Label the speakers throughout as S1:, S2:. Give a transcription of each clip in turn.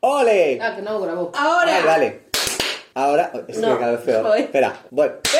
S1: ¡Ole!
S2: Ah, que no lo grabó.
S3: Ahora.
S1: Ah, vale. Ahora. oh, Es
S2: No,
S1: que cada vez peor.
S2: joder.
S1: Espera, voy.
S2: Eh,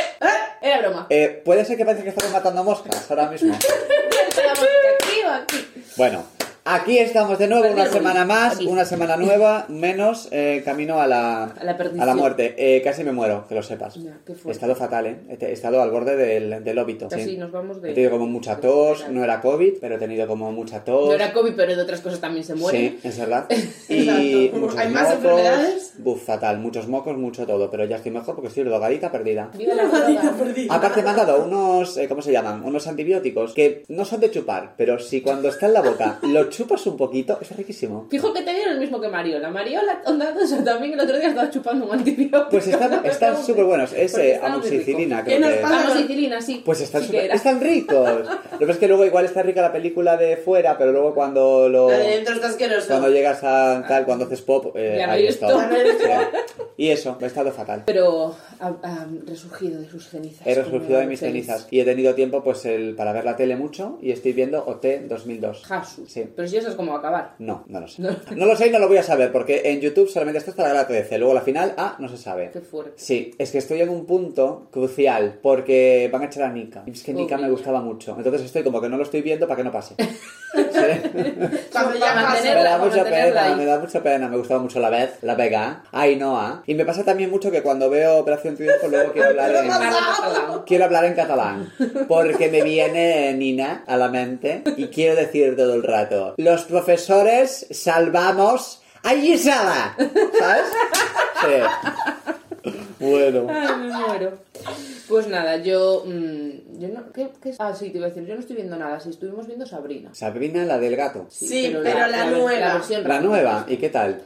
S2: Era broma.
S1: Eh, Puede ser que parezca que estamos matando moscas ahora mismo. Eh,
S2: Era música aquí o aquí.
S1: Bueno, aquí estamos de nuevo, una
S2: Perdido.
S1: semana más,
S2: Aquí.
S1: una semana nueva, menos eh, camino a la,
S2: A la perdición.
S1: muerte. Eh, casi me muero, que lo sepas.
S2: Ya, qué fuerte.
S1: he estado fatal, ¿eh? He estado al borde del, del óbito.
S2: Casi
S1: sí.
S2: nos vamos de.
S1: He tenido como mucha tos, no era COVID, pero he tenido como mucha tos.
S2: No era COVID, pero de otras cosas también se muere.
S1: Sí, es verdad. Y
S3: Exacto.
S1: muchos
S3: ¿Hay más
S1: mocos,
S3: enfermedades?
S1: Buf, fatal, muchos mocos, mucho todo, pero ya estoy mejor porque estoy drogadita perdida.
S2: Viva la
S3: Maldita
S2: droga.
S3: perdida.
S1: Aparte me han dado unos, eh, ¿cómo se llaman? Unos antibióticos que no son de chupar, pero si cuando está en la boca lo chupas un poquito, es riquísimo.
S2: Fijo que te dieron el mismo que Mariola. Mariola, onda, o sea, también el otro día estaba chupando un antibiótico.
S1: Pues están están súper buenos, es
S2: Porque
S1: eh,
S2: estaba muy
S1: amoxicilina
S2: rico.
S1: creo
S3: ¿Qué nos
S1: que...
S3: pasa?
S2: Amoxicilina, Ah, sí.
S1: Pues están,
S2: Sí que
S1: súper-
S2: era.
S1: están ricos. Lo que es que luego igual está rica la película de fuera, pero luego cuando lo...
S3: La de dentro está asqueroso.
S1: Cuando llegas a tal, cuando haces pop, eh,
S2: Ya no
S1: ahí
S2: hay
S1: está.
S2: esto.
S3: Ya no hay esto.
S1: Sí. Y eso, he estado fatal.
S2: Pero ha, ha resurgido de sus cenizas.
S1: He resurgido de
S2: Como
S1: mis
S2: feliz.
S1: cenizas y he tenido tiempo pues el, para ver la tele mucho y estoy viendo OT 2002.
S2: Jasu.
S1: Sí.
S2: Pero si eso es como acabar.
S1: No, no lo sé. No lo sé y no lo voy a saber porque en YouTube solamente está hasta la grada 13. Luego la final, ah, no se sabe.
S2: Qué fuerte.
S1: Sí, es que estoy en un punto crucial porque van a echar a Nika. Y Es que
S2: Oh,
S1: Nika me
S2: niña.
S1: gustaba mucho. Entonces estoy como que no lo estoy viendo para que no pase.
S3: Cuando ya
S2: Para
S3: pasa.
S1: me
S2: mantenerla.
S1: da
S2: para
S1: mucha
S2: mantenerla
S1: pena,
S2: ahí.
S1: me da mucha pena. Me gustaba mucho la vez, la Vega. Ay, Noah. Y me pasa también mucho que cuando veo Operación Triunfo luego quiero hablar
S3: Pero
S1: en...
S3: más-
S1: Quiero hablar en catalán porque me viene Nina a la mente y quiero decir todo el rato: Los profesores salvamos a Gisela. ¿Sabes? Sí. Bueno.
S2: Ay, me muero. Pues nada, yo. mm, yo no, ¿qué, qué es? Ah, sí, te iba a decir, yo no estoy viendo nada. Si estuvimos viendo Sabrina.
S1: Sabrina, la del gato.
S3: Sí, pero la nueva.
S2: La versión
S1: La nueva. ¿Y qué tal?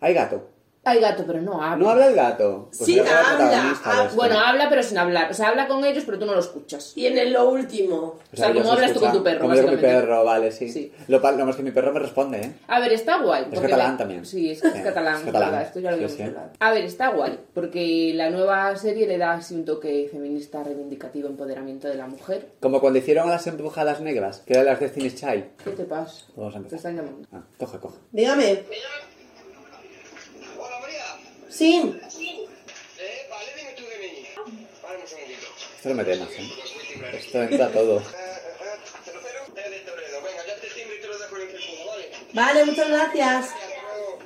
S1: Hay gato.
S2: Hay gato, pero no habla.
S1: ¿No habla el gato? Pues
S3: Sí,
S1: yo era
S3: habla.
S1: protagonista de
S3: Ah,
S1: esto.
S2: Bueno, habla, pero sin hablar. O sea, habla con ellos, pero tú no lo escuchas.
S3: Y en el lo último.
S2: o sea,
S1: yo
S2: como
S1: se
S2: hablas tú con
S1: escucha-
S2: tu perro,
S1: Como yo con mi
S2: básicamente.
S1: perro, vale, sí.
S2: Sí.
S1: Lo, pa- lo más que mi perro me responde, ¿eh?
S2: A ver, está guay. porque
S1: catalán
S2: la-
S1: también.
S2: Sí, es, es
S1: Sí,
S2: catalán.
S1: es
S2: Es
S1: catalán.
S2: verdad, Esto ya lo
S1: Sí,
S2: habíamos
S1: sí.
S2: hablado. A ver, está guay, porque la nueva serie le da así un toque feminista, reivindicativo, empoderamiento de la mujer.
S1: Como cuando hicieron a las embrujadas negras, que eran las Destiny's Child.
S2: ¿Qué te pasa?
S1: Vamos a empezar.
S2: Te están llamando.
S1: Ah, coge, coge.
S3: Dígame.
S4: Hola María.
S3: Sí.
S4: Eh, vale, dime tú de mí. Vale, un segundito.
S1: Esto no me temas, ¿eh?
S4: Los voy a timbrar. Eh,
S1: Esto entra todo.
S4: eh, eh, cero, cero. Eh, de Toledo. Venga, ya te timbro y te lo dejo en el teléfono, ¿vale?
S3: Vale, muchas gracias.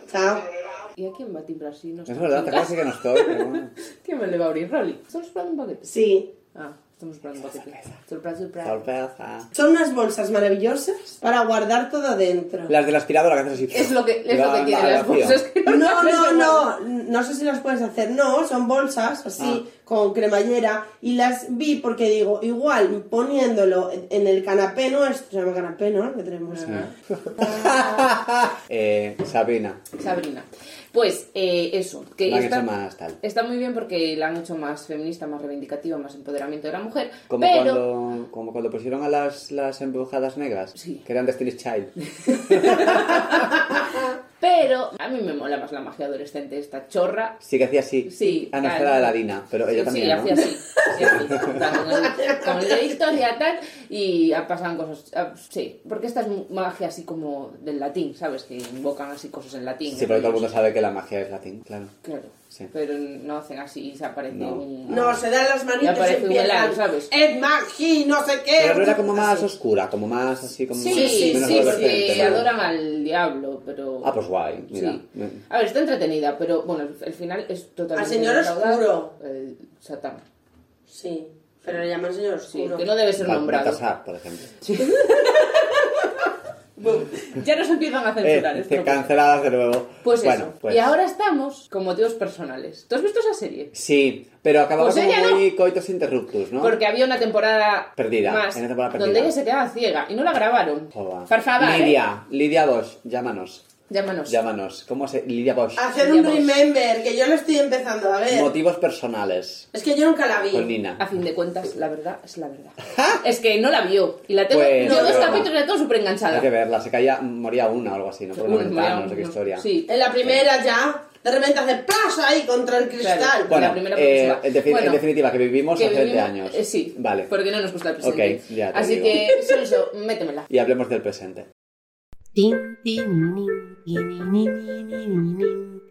S4: Hasta luego.
S3: Chao.
S2: ¿Y a quién va a timbrar si no
S1: Es
S2: está
S1: verdad,
S2: en
S1: te
S2: casa?
S1: acuerdas que no estoy, pero bueno.
S2: ¿Quién me le va a abrir, Rolly? Estamos esperando un paquete.
S3: Sí.
S2: Ah, estamos esperando un paquete. Sorpresa, sorpresa.
S1: Sorpresa.
S3: Son unas bolsas maravillosas para guardar todo adentro.
S1: Las de la aspiradora que haces así.
S2: Es lo que, es lo que
S1: Van
S2: quieren
S1: al
S2: las
S1: vacío.
S2: bolsas. que
S3: No,
S2: sabes
S3: no,
S2: qué guardar.
S3: no, no sé si las puedes hacer. No, son bolsas así, con cremallera. Y las vi porque digo, igual poniéndolo en- en el canapé nuestro, se llama canapé, ¿no? El Que tenemos.
S1: Eh, Sabrina.
S2: Sabrina. Pues eh, eso. Que
S1: La que
S2: está-
S1: se llama tal.
S2: Está muy bien porque la han hecho más feminista, más reivindicativa, más empoderamiento de la mujer.
S1: Como,
S2: pero
S1: cuando, como cuando pusieron a las, las embrujadas negras,
S2: Sí.
S1: que eran Destiny's Child.
S2: pero a mí me mola más la magia adolescente, esta chorra.
S1: Sí, que hacía así.
S2: Sí,
S1: Ah, no,
S2: tal.
S1: esta era la de la Dina, pero ella
S2: Sí,
S1: también,
S2: sí,
S1: ¿no?
S2: hacía así. Sí, así. Con el dedito y tal. Y pasan cosas. ah, Sí, porque esta es magia así como del latín, ¿sabes? Que invocan así cosas en latín.
S1: Sí, pero todo el mundo sabe que la magia es latín, claro.
S2: Claro.
S1: Sí.
S2: Pero no hacen así y se aparece
S1: No. Ah.
S2: un.
S3: No, se dan las manitas
S2: Ah. Ya
S3: y
S2: parece un
S3: empiezan.
S2: helado, ¿sabes?
S3: Ed Magi, no sé qué.
S1: Pero no era como más
S3: Así.
S1: oscura, como más así, como
S2: Eh, Sí,
S1: más-
S2: sí,
S1: menos
S2: sí,
S1: adolescente,
S2: porque
S1: ¿no?
S2: adoran al diablo, pero...
S1: Ah, pues guay, mira.
S2: Sí. A ver, está entretenida, pero bueno, el el final es totalmente...
S3: Al señor
S2: defraudado.
S3: oscuro.
S2: El satán.
S3: Sí, pero le llaman señor
S2: Sí,
S3: oscuro.
S2: que no debe ser
S1: Bal-
S2: nombrado.
S1: Baltasar, por ejemplo.
S2: Ya nos empiezan a censurar
S1: Eh,
S2: esto.
S1: que canceladas de nuevo.
S2: Pues
S1: bueno,
S2: eso.
S1: pues-
S2: Y ahora estamos con motivos personales. ¿Tú has visto esa serie?
S1: Sí, pero acababa
S2: Pues ella
S1: como muy coitos interruptus, ¿no?
S2: Porque había una temporada
S1: Perdida,
S2: más
S1: en la temporada perdida.
S2: donde ella se quedaba ciega y no la grabaron.
S1: Joder.
S2: Por favor, ¿eh?
S1: Lidia, Lidia Bosch, llámanos.
S2: Llámanos.
S1: Llámanos. ¿Cómo se...? Lidia Bosch.
S3: Hacer un
S2: Digamos-
S3: remember, que yo lo estoy empezando a ver.
S1: Motivos personales.
S3: Es que yo nunca la vi.
S1: Con Nina.
S2: A fin de cuentas, la verdad es la verdad. es que no la vio. Y la tengo...
S1: Pues,
S2: yo dos
S1: no.
S2: capítulos la tengo súper enganchada.
S1: Hay que verla. Se caía... Moría una o algo así, ¿no? Por una
S2: Uy,
S1: ventana,
S2: vaya,
S1: no sé qué
S2: no.
S1: historia.
S2: Sí,
S3: En la primera ya, de repente hace plas ahí contra el cristal.
S2: Claro.
S1: Bueno,
S2: La primera
S1: eh,
S2: profesora.
S1: en, defi-
S2: Bueno,
S1: en definitiva, que vivimos
S2: que
S1: hace 20
S2: vivimos-
S1: años.
S2: eh, sí,
S1: Vale.
S2: Porque no nos gusta el presente.
S1: Ok, ya te
S2: Así
S1: digo.
S2: que, Solso, métemela.
S1: Y hablemos del presente.
S5: Tin, tin, nin, tin, nin, nin, nin,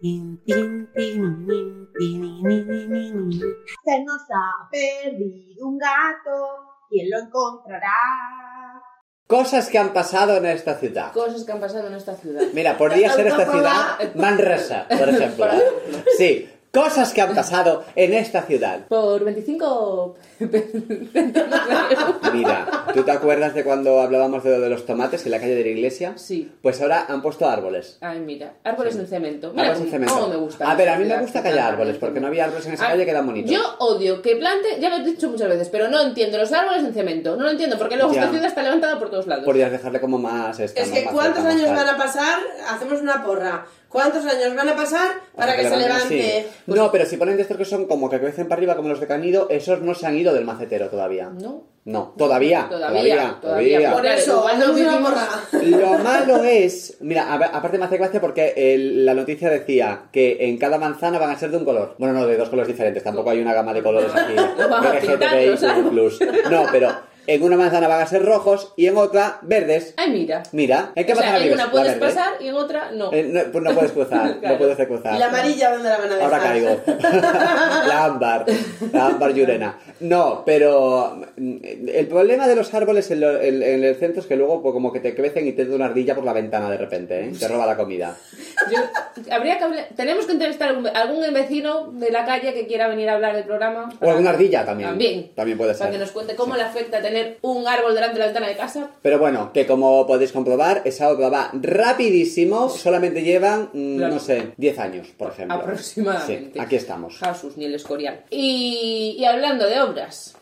S5: nin, tin, tin, tin, nin, tin, nin, nin, nin, nin.
S6: Se nos ha perdido un gato, ¿quién lo encontrará?
S1: Cosas que han pasado en esta ciudad.
S2: Cosas que han pasado en esta ciudad.
S1: Mira, podría ser esta ciudad Manresa, por ejemplo. Sí, cosas que han pasado en esta ciudad.
S2: Por 25 centavos.
S1: Mira, ¿tú te acuerdas de cuando hablábamos de lo de los tomates en la calle de la iglesia?
S2: Sí.
S1: Pues ahora han puesto árboles.
S2: Ay, mira, árboles en cemento. Mira,
S1: Árboles en
S2: cómo-
S1: cemento.
S2: cómo me gusta.
S1: A ver, a mí
S2: Mira,
S1: me gusta que
S2: plantar
S1: haya árboles, porque no había árboles en esa calle que eran bonitos.
S2: Yo odio que plante, ya lo he dicho muchas veces, pero no entiendo los árboles en cemento. No lo entiendo, porque luego
S1: Ya.
S2: esta ciudad está levantada por todos lados.
S1: Podrías dejarle como más... esta,
S3: Es
S1: más
S3: que
S1: maceta,
S3: cuántos
S1: más
S3: años
S1: tal.
S3: van a pasar, hacemos una porra. ¿Cuántos años van a pasar para que se levante?
S1: así. No, pero si ponen de estos que son como que crecen para arriba, como los de Canido, esos no se han ido del macetero todavía.
S2: No.
S1: No, todavía.
S2: Todavía,
S1: todavía.
S2: todavía.
S3: Por
S2: Claro,
S3: eso,
S2: igual no
S3: hacemos una
S2: vivimos-
S3: porra.
S1: Lo malo es, mira, a ver, aparte me hace gracia porque el- la noticia decía que en cada manzana van a ser de un color. Bueno, no, de dos colores diferentes, tampoco hay una gama de colores aquí.
S2: Vamos a pintar
S1: LGTBIQ+.
S2: los árboles.
S1: No, pero en una manzana van a ser rojos y en otra verdes.
S2: Ay, mira.
S1: Mira, ¿en qué
S2: o sea,
S1: manzana
S2: en
S1: vives?
S2: una
S1: La
S2: puedes
S1: verde.
S2: pasar y en otra no.
S1: Eh, no, pues no puedes cruzar,
S2: Claro.
S1: no puedes cruzar.
S3: ¿Y la amarilla dónde la van a dejar?
S1: Ahora caigo. la ámbar. La ámbar yurena. No, pero mm, el problema de los árboles en, lo- en- en el centro es que luego pues, como que te crecen y te da una ardilla por la ventana de repente, ¿eh? Te roba la comida.
S2: Yo- habría que hablar- tenemos que entrevistar a algún, algún vecino de la calle que quiera venir a hablar del programa.
S1: O
S2: para-
S1: alguna ardilla también.
S2: También.
S1: puede
S2: Para que
S1: ser.
S2: nos cuente cómo le afecta tener un árbol delante de la ventana de casa.
S1: Pero bueno, que como podéis comprobar, esa obra va rapidísimo. Solamente llevan, mm,
S2: Claro.
S1: no sé, 10 años, por ejemplo.
S2: Aproximadamente.
S1: Sí, aquí estamos.
S2: Jesús, ni el escorial. Y, y hablando de obras,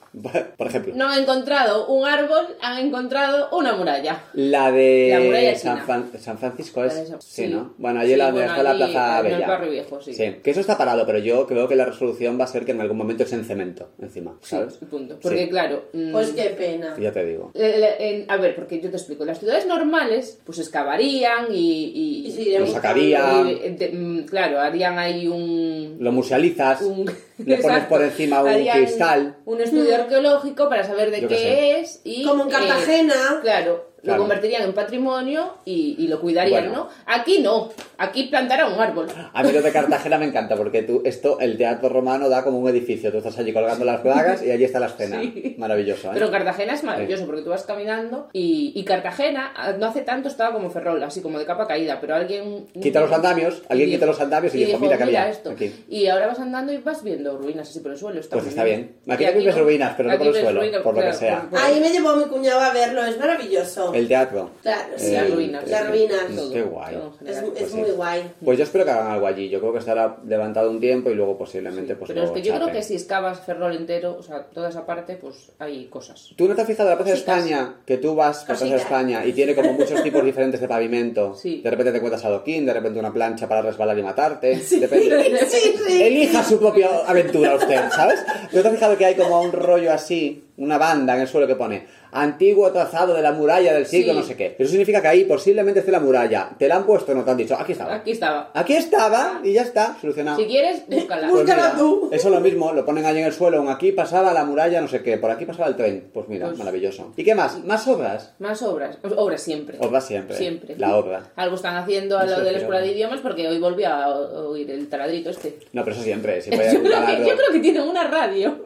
S1: Por ejemplo.
S2: no han encontrado un árbol, han encontrado una muralla.
S1: La de
S2: La muralla
S1: San,
S2: china.
S1: Fran- San Francisco
S2: La de
S1: es.
S2: San-
S1: Pues, Sí,
S2: sí.
S1: ¿no? Bueno, ayer
S2: Sí,
S1: la
S2: bueno,
S1: dejó la
S2: allí,
S1: Plaza
S2: en el
S1: Bella.
S2: barrio viejo, sí.
S1: Que eso está parado, pero yo creo que la resolución va a ser que en algún momento es en cemento encima, ¿sabes?
S2: Sí, punto. Porque
S1: Sí.
S2: claro... mm,
S3: Pues qué pena.
S1: Ya te digo.
S2: le- Eh, le- en- a ver, porque yo te explico, las ciudades normales pues excavarían y...
S3: Y
S2: y-
S3: se irían
S1: Lo
S3: buscando.
S1: sacaría.
S2: y, eh, de- mm, claro, harían ahí un...
S1: Lo musealizas,
S2: un-
S1: le pones
S2: Exacto.
S1: por encima un
S2: Harían
S1: cristal.
S2: Un estudio arqueológico para saber de
S1: Yo
S2: Mm. qué
S1: qué sé.
S2: es y...
S3: Como en
S2: eh,
S3: Cartagena.
S2: Claro, lo
S1: Claro.
S2: convertirían en patrimonio y, y lo cuidarían,
S1: Bueno.
S2: ¿no? Aquí no, aquí plantarán un árbol.
S1: A mí lo de Cartagena me encanta porque tú, esto, el teatro romano da como un edificio. Tú estás allí colgando las plagas y allí está la escena.
S2: Sí.
S1: Maravilloso, ¿eh?
S2: Pero Cartagena es maravilloso porque tú vas caminando y, y Cartagena ah, no hace tanto estaba como Ferrol, así como de capa caída, pero alguien...
S1: Quita los andamios, alguien
S2: y
S1: quita los andamios y dijo, mira que había
S2: esto.
S1: aquí.
S2: Y ahora vas andando y vas viendo ruinas así por el suelo. Está
S1: Pues
S2: muy
S1: está bien. Aquí también ves ruinas, pero no por el
S2: ves
S1: suelo, por lo que
S2: claro,
S1: sea.
S2: por- por-
S3: Ahí me llevó mi cuñado a verlo, es maravilloso.
S1: El teatro.
S3: Claro, sí.
S2: las
S1: El-
S2: ruinas.
S1: el-
S3: Las ruinas.
S1: Mm, Qué guay.
S2: todo en
S3: Es,
S2: general.
S3: es
S1: sí.
S3: muy guay.
S1: Pues yo espero que hagan algo allí. Yo creo que estará levantado un tiempo y luego posiblemente pues
S2: pero
S1: lo
S2: es que yo creo
S1: chapen.
S2: que si excavas Ferrol entero, o sea, toda esa parte, pues hay cosas.
S1: ¿Tú no te has fijado en la Plaza de
S2: Cositas.
S1: España? Que tú vas por Plaza de
S3: Cositas.
S1: España y tiene como muchos tipos diferentes de pavimento.
S2: Sí.
S1: De repente te encuentras adoquín, de repente una plancha para resbalar y matarte. Depende.
S3: Sí, sí.
S1: Elija su propia aventura usted, ¿sabes? ¿No te has fijado que hay como un rollo así, una banda en el suelo que pone antiguo trazado de la muralla del siglo
S2: Sí.
S1: no sé qué? Eso significa que ahí posiblemente esté la muralla. Te la han puesto, no te han dicho, aquí estaba.
S2: Aquí Ah. estaba.
S1: Aquí estaba y ya está, solucionado.
S2: Si quieres, búscala.
S3: Busca- Búscala
S1: Ah. Pues mira,
S3: tú.
S1: Eso es lo mismo, lo ponen allí en el suelo, un aquí pasaba la muralla, no sé qué, por aquí pasaba el tren. Pues mira,
S2: Pues-
S1: maravilloso. ¿Y qué más? ¿Más obras?
S2: Más obras. pues Obras siempre.
S1: Obras siempre.
S2: Siempre.
S1: La obra.
S2: Algo están haciendo a
S1: No
S2: lo
S1: sé,
S2: de la
S1: pero-
S2: escuela de idiomas porque hoy volví a o- oír el taladrito este.
S1: No, pero eso siempre. Si
S2: Yo
S1: puede
S2: creo, que,
S1: taladro.
S2: yo creo que tienen una radio.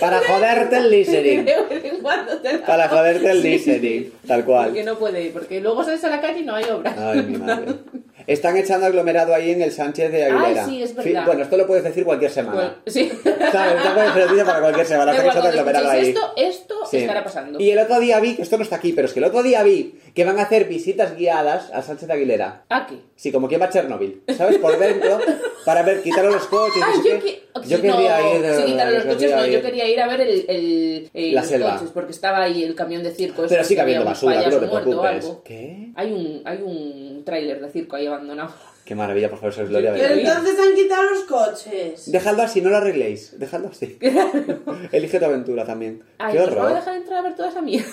S1: Para joderte el listening.
S2: De vez en cuando te la-
S1: Para joderte el listening. Tal
S2: Porque
S1: cual.
S2: no puede ir, porque luego sales a la calle y no hay obras.
S1: Ay, mi madre. Están echando aglomerado ahí en el Sánchez de Aguilera.
S2: Ay, sí, es
S1: Sí,
S2: verdad. Pues-
S1: Bueno, esto lo puedes decir cualquier semana.
S2: Bueno, sí.
S1: ¿Sabes? Esto puedes decir para cualquier semana.
S2: Da
S1: Están
S2: igual,
S1: echando
S2: cuando
S1: aglomerado
S2: escuchéis
S1: ahí.
S2: esto, esto
S1: Sí.
S2: estará pasando.
S1: Y el otro día vi, que esto no está aquí, pero es que el otro día vi que van a hacer visitas guiadas a Sánchez de Aguilera.
S2: Aquí.
S1: Sí, como quien va a Chernobyl, ¿sabes? Por dentro, para ver, quitaron los coches.
S2: Ah,
S1: no sé
S2: yo,
S1: qué.
S2: que-
S1: Yo
S2: sí,
S1: quería
S2: no,
S1: ir. eh,
S2: sí, quitaron los
S1: yo
S2: coches,
S1: quería
S2: no, yo
S1: ir.
S2: quería ir a ver el, el- eh,
S1: La
S2: los
S1: selva.
S2: coches, porque estaba ahí el camión de circo.
S1: Pero
S2: estos,
S1: sigue
S2: que había
S1: habiendo
S2: un
S1: basura,
S2: payaso
S1: no te
S2: muerto o
S1: preocupes.
S2: algo.
S1: ¿Qué?
S2: Hay un, hay un tráiler de circo ahí abandonado.
S1: Qué maravilla, por favor, sois Gloria.
S2: Yo
S1: de
S3: Pero
S1: verdad.
S3: entonces han quitado los coches.
S1: Dejadlo así, no lo arregléis. Dejadlo así. Elige tu aventura también.
S2: Ay,
S1: Qué
S2: nos vamos a
S1: horror.
S2: dejar entrar a ver toda esa mierda.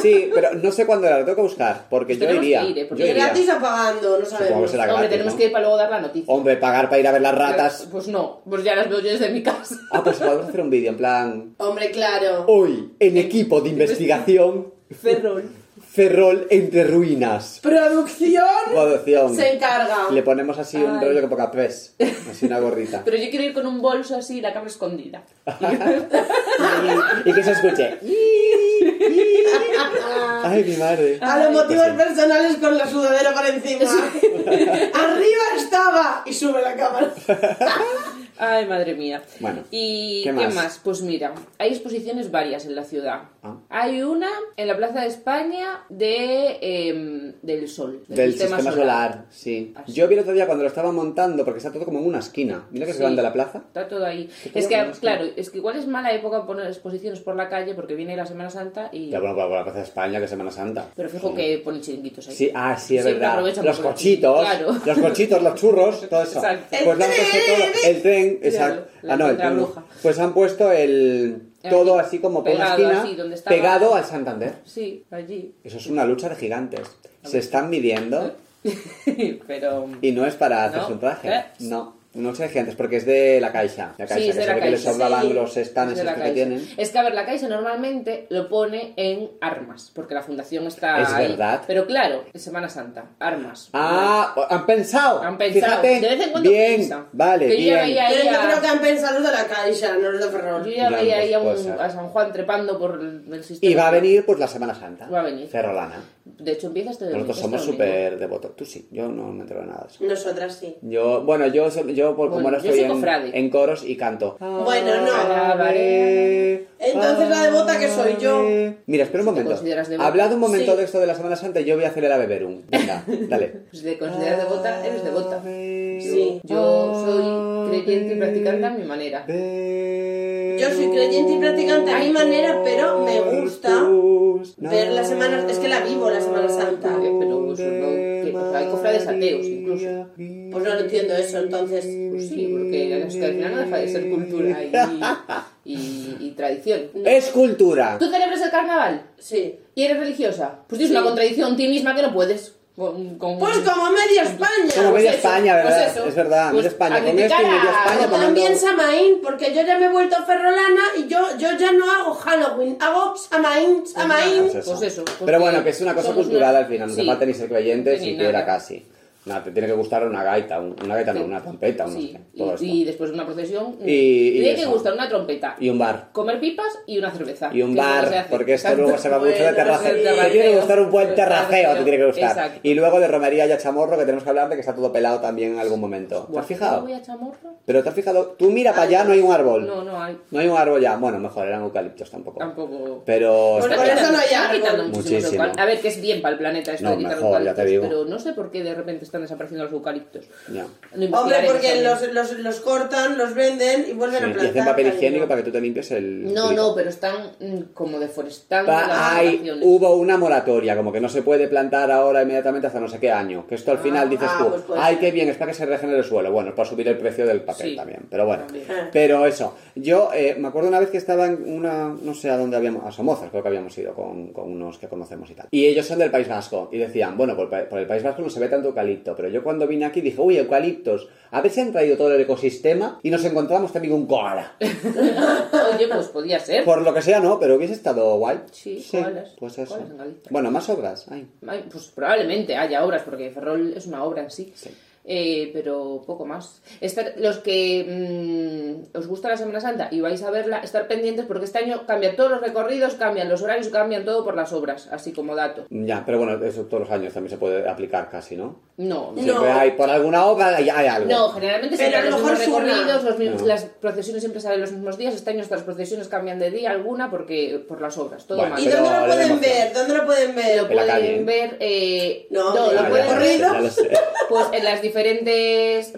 S1: Sí, pero no sé cuándo era, lo tengo que buscar, porque
S2: Pues
S1: yo
S2: tenemos
S1: iría.
S2: que ir, ¿eh? Porque
S1: yo iría.
S3: Gratis o pagando,
S1: Supongo
S3: no
S1: que
S3: sabemos.
S1: será
S2: Hombre,
S1: gratis,
S2: tenemos
S1: ¿no?
S2: que ir para luego dar la noticia.
S1: Hombre, pagar para ir a ver las ratas.
S2: Pues no, pues ya las veo yo desde mi casa.
S1: Ah, pues podemos hacer un vídeo en plan. Oh.
S3: Hombre, claro.
S1: Hoy, en equipo de investigación,
S2: Ferrol.
S1: Ferrol entre ruinas.
S3: Producción
S1: Producción.
S3: se encarga.
S1: Le ponemos así un
S2: Ay.
S1: rollo que poca pez. Así una gordita.
S2: Pero yo quiero ir con un bolso así y la cámara escondida.
S1: y que se escuche. Ay, mi madre.
S3: A los motivos personales con la sudadera por encima. Arriba estaba y sube la cámara.
S2: Ay, madre mía.
S1: Bueno,
S2: ¿Y
S1: ¿qué
S2: qué
S1: más?
S2: más? Pues mira, hay exposiciones varias en la ciudad.
S1: Ah.
S2: Hay una en la Plaza de España de, em, del Sol.
S1: Del sistema, solar, sí.
S2: Así.
S1: Yo vi el otro día cuando lo estaba montando, porque está todo como en una esquina. Mira que se
S2: Sí.
S1: van de la plaza.
S2: Está todo ahí.
S1: todo
S2: Es
S1: con
S2: que,
S1: las
S2: claro, es que igual es mala época poner exposiciones por la calle porque viene la Semana Santa y...
S1: Ya, bueno, para la Plaza de España, que es Semana Santa.
S2: Pero fijo
S1: Sí.
S2: que ponen chiringuitos ahí.
S1: Sí, ah, sí, es
S2: Siempre
S1: verdad.
S2: aprovechan
S1: Los
S2: para-
S1: cochitos,
S2: Claro.
S1: los cochitos, los churros, todo eso.
S2: Exacto.
S1: Pues lo han puesto todo, el tren, exacto.
S2: la
S1: ah, no, el tren. no.
S2: contrabruja.
S1: Pues han puesto el todo así como por una
S2: Pegado
S1: esquina,
S2: así, donde estaba.
S1: pegado al Santander.
S2: Sí, allí.
S1: Eso es una lucha de gigantes. Se están midiendo
S2: Pero...
S1: y no es para hacerse
S2: No.
S1: un traje.
S2: ¿Eh?
S1: No, no lucha de gigantes porque es de la Caixa. La Caixa,
S2: Sí, es
S1: que
S2: de
S1: se
S2: la
S1: ve que les
S2: Caixa,
S1: sobraban
S3: sí.
S1: los
S2: Es
S1: stands
S2: de la
S1: estos que
S2: Caixa. Eh,
S1: tienen.
S2: Es que, a ver, la Caixa normalmente lo pone en armas, porque la fundación está
S1: Es
S2: ahí.
S1: verdad.
S2: Pero claro, en Semana Santa, armas.
S1: Ah, han pensado.
S2: Han pensado.
S1: Fíjate.
S2: De vez en cuando
S1: bien,
S2: piensan.
S1: vale,
S2: Que yo
S1: bien.
S2: ya veía
S3: Pero yo
S2: a-
S3: creo que han pensado los de la Caixa, no los de Ferrol.
S2: Yo ya veía ahí a, un-
S1: Cosas.
S2: a San Juan trepando por el el sistema.
S1: Y va a venir pues la Semana Santa.
S2: Va a venir.
S1: Ferrolana.
S2: De hecho, empieza este domingo.
S1: Nosotros
S2: este
S1: somos
S2: domingo.
S1: súper devotos. Tú sí, yo no me entero de nada de eso.
S3: Nosotras sí.
S1: Yo, bueno, yo, so- yo por como ahora
S2: Bueno, yo
S1: estoy
S2: soy
S1: en,
S2: cofrade.
S1: en coros y canto.
S3: Bueno, no. Entonces,
S1: Entonces
S3: la devota que soy yo.
S1: Mira, espera un
S2: Si te
S1: momento.
S2: consideras devota.
S1: Hablad un momento
S3: Sí.
S1: de esto de la Semana Santa y yo voy a acelerar a beber un. Venga, dale.
S2: Si te consideras Pues devota, eres devota.
S1: Sí.
S2: Yo soy creyente y practicante a mi manera.
S1: Yo
S3: Yo soy creyente y practicante a mi manera, pero me gusta ver la Semana- es que la vivo, la Semana Santa.
S2: Vale, pero eso no- que- o sea, hay cofrades ateos incluso.
S3: Pues no lo entiendo eso, entonces.
S2: Pues sí, porque es que al final no deja de ser cultura y, y- y tradición.
S1: Es cultura.
S2: ¿Tú celebras el carnaval?
S3: Sí.
S2: ¿Y eres religiosa? Pues tienes
S3: Sí.
S2: una contradicción en ti misma que no puedes. Con, con-
S3: Pues como media
S1: Como
S3: España.
S1: media
S2: eso,
S1: España,
S2: pues
S1: ¿verdad?
S2: eso.
S1: es verdad,
S2: Pues
S1: media España.
S2: a
S1: Con esto y
S2: criticar
S1: media
S2: a-
S1: España
S3: O
S1: tomando...
S3: también Samaín, porque yo ya me he vuelto ferrolana y yo, yo ya no hago Halloween, hago Samaín, Samaín.
S1: Pues
S2: Pues eso, porque
S1: Pero bueno, que es una cosa
S2: somos
S1: cultural
S2: una-
S1: al final, no se
S2: Sí.
S1: falta ni ser creyente
S2: Ni
S1: siquiera
S2: nada.
S1: casi. Nada, te tiene que gustar una gaita, un- una gaita no, una trompeta, un
S2: Sí,
S1: todo esto.
S2: y, y
S1: Y,
S2: después de una procesión.
S1: Y- y
S2: tiene que
S1: eso.
S2: gustar una trompeta.
S1: un bar.
S2: Comer pipas y una cerveza.
S1: Y un
S2: que es lo que se
S1: bar,
S2: hace.
S1: porque esto
S2: Exacto.
S1: luego se va mucho de
S3: Bueno,
S1: terrace.
S3: el
S1: Te
S2: terraceo.
S1: tiene que gustar un buen
S2: El
S1: terraceo, te
S2: terraceo,
S1: tiene que gustar.
S2: exacto.
S1: Y luego de romería y a chamorro, que tenemos que hablar de que está todo pelado también en algún momento. ¿Te
S2: Buah,
S1: has fijado?
S2: voy a chamorro?
S1: Pero te has fijado, tú mira para allá, no hay un árbol.
S2: No, no hay.
S1: No hay un árbol ya. Bueno, mejor eran eucaliptos tampoco.
S2: Tampoco.
S1: Pero.
S2: Pues
S1: está
S3: por
S2: le
S1: claro.
S3: eso
S2: quitan-
S3: no hay
S2: le
S3: árbol.
S2: quitan muchísimos
S1: Muchísimo.
S2: eucaliptos. A ver, que es bien para el planeta esto
S1: No,
S2: de quitar
S1: mejor, ya te
S2: eucaliptos,
S1: digo.
S2: Pero no sé por qué de repente están desapareciendo los eucaliptos.
S1: Ya.
S2: Lo
S3: Hombre,
S2: investigaré
S3: porque
S2: también.
S3: los, los, los cortan, los venden y vuelven
S1: Sí,
S3: a
S1: Y
S3: plantar.
S1: hacen papel
S3: cariño.
S1: higiénico para que tú te limpies el.
S2: No,
S1: grifo.
S2: no, pero están mm, como deforestando
S1: Pa-
S2: las
S1: hay,
S2: plantaciones.
S1: hubo una moratoria, como que no se puede plantar ahora inmediatamente hasta no sé qué año. Que esto al final
S2: Ah,
S1: dices
S3: ah,
S1: tú,
S3: pues puede
S1: ay,
S3: ser.
S1: qué bien, es para que se regenere el suelo. Bueno, es para subir el precio del papel
S2: Sí.
S1: también, pero bueno.
S2: También.
S3: Ah.
S1: Pero eso, yo eh, me acuerdo una vez que estaba en una, no sé a dónde habíamos, a Somoza, creo que habíamos ido con, con unos que conocemos y tal. Y ellos son del País Vasco y decían, bueno, por, pa- por el País Vasco no se ve tanto eucalipto, pero yo cuando vine aquí dije, uy, eucaliptos, a ver si han traído todo el ecosistema y nos encontramos también un koala.
S2: Oye, pues podía ser.
S1: Por lo que sea, no, pero hubiese estado guay.
S2: Sí, koalas.
S1: Pues eso.
S2: Koalas en Galicia.
S1: bueno, más obras. Ay.
S2: Ay, Pues probablemente haya obras, porque Ferrol es una obra en sí.
S1: Sí.
S2: Eh, pero poco más. Estar- los que mm, os gusta la Semana Santa y vais a verla, estar pendientes porque este año cambian todos los recorridos, cambian los horarios, cambian todo por las obras, así como dato.
S1: Ya, pero bueno, eso todos los años también se puede aplicar casi, ¿no?
S2: No,
S3: No.
S1: Siempre hay, por alguna obra hay, hay algo.
S2: no, generalmente
S3: Pero a
S2: siempre
S3: lo
S2: los
S3: mejor
S2: mismos
S3: es una.
S2: recorridos, los mismos-
S1: No.
S2: las procesiones siempre salen los mismos días, este año hasta las procesiones cambian de día alguna porque por las obras, todo
S1: Bueno,
S2: mal.
S3: ¿Y
S1: Pero
S3: dónde lo
S1: le
S3: pueden
S1: hemos
S3: ver? ¿Dónde lo pueden ver?
S2: Lo
S1: En la
S2: pueden
S1: calle.
S2: ver, eh,
S3: No,
S2: no,
S3: ya,
S2: lo
S1: Ah,
S2: pueden
S1: ya lo
S2: ver
S1: sé, ya lo sé.
S2: Pues en las diferentes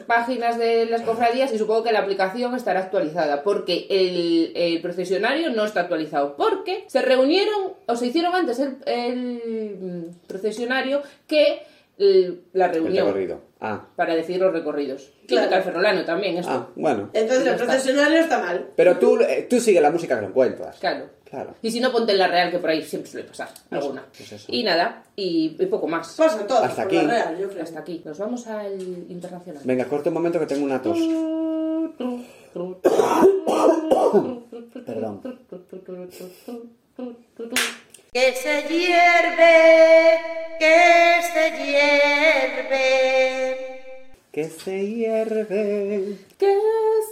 S2: páginas de las cofradías y supongo que la aplicación estará actualizada porque el, el procesionario no está actualizado porque se reunieron o se hicieron antes el, el, mm, procesionario que el- la
S1: El
S2: reunión
S1: recorrido. Ah.
S2: para decidir los recorridos.
S3: Claro.
S2: Típica al ferrolano también esto.
S1: ah, bueno.
S3: Entonces
S2: Ya
S3: el
S2: está.
S3: profesional no está mal.
S1: Pero tú, eh, tú sigue la música que lo encuentras.
S2: Claro.
S1: Claro.
S2: Y si no, ponte en la real que por ahí siempre suele pasar alguna.
S1: pues eso.
S2: y nada, y, y poco más.
S3: Pasan todos
S1: Hasta
S3: por
S1: aquí.
S3: la Real, yo creo.
S2: Hasta aquí. Nos vamos al internacional.
S1: Venga, corta un momento que tengo una tos. Perdón.
S5: Que se hierve, que se hierve.
S1: Que se hierve.
S2: Que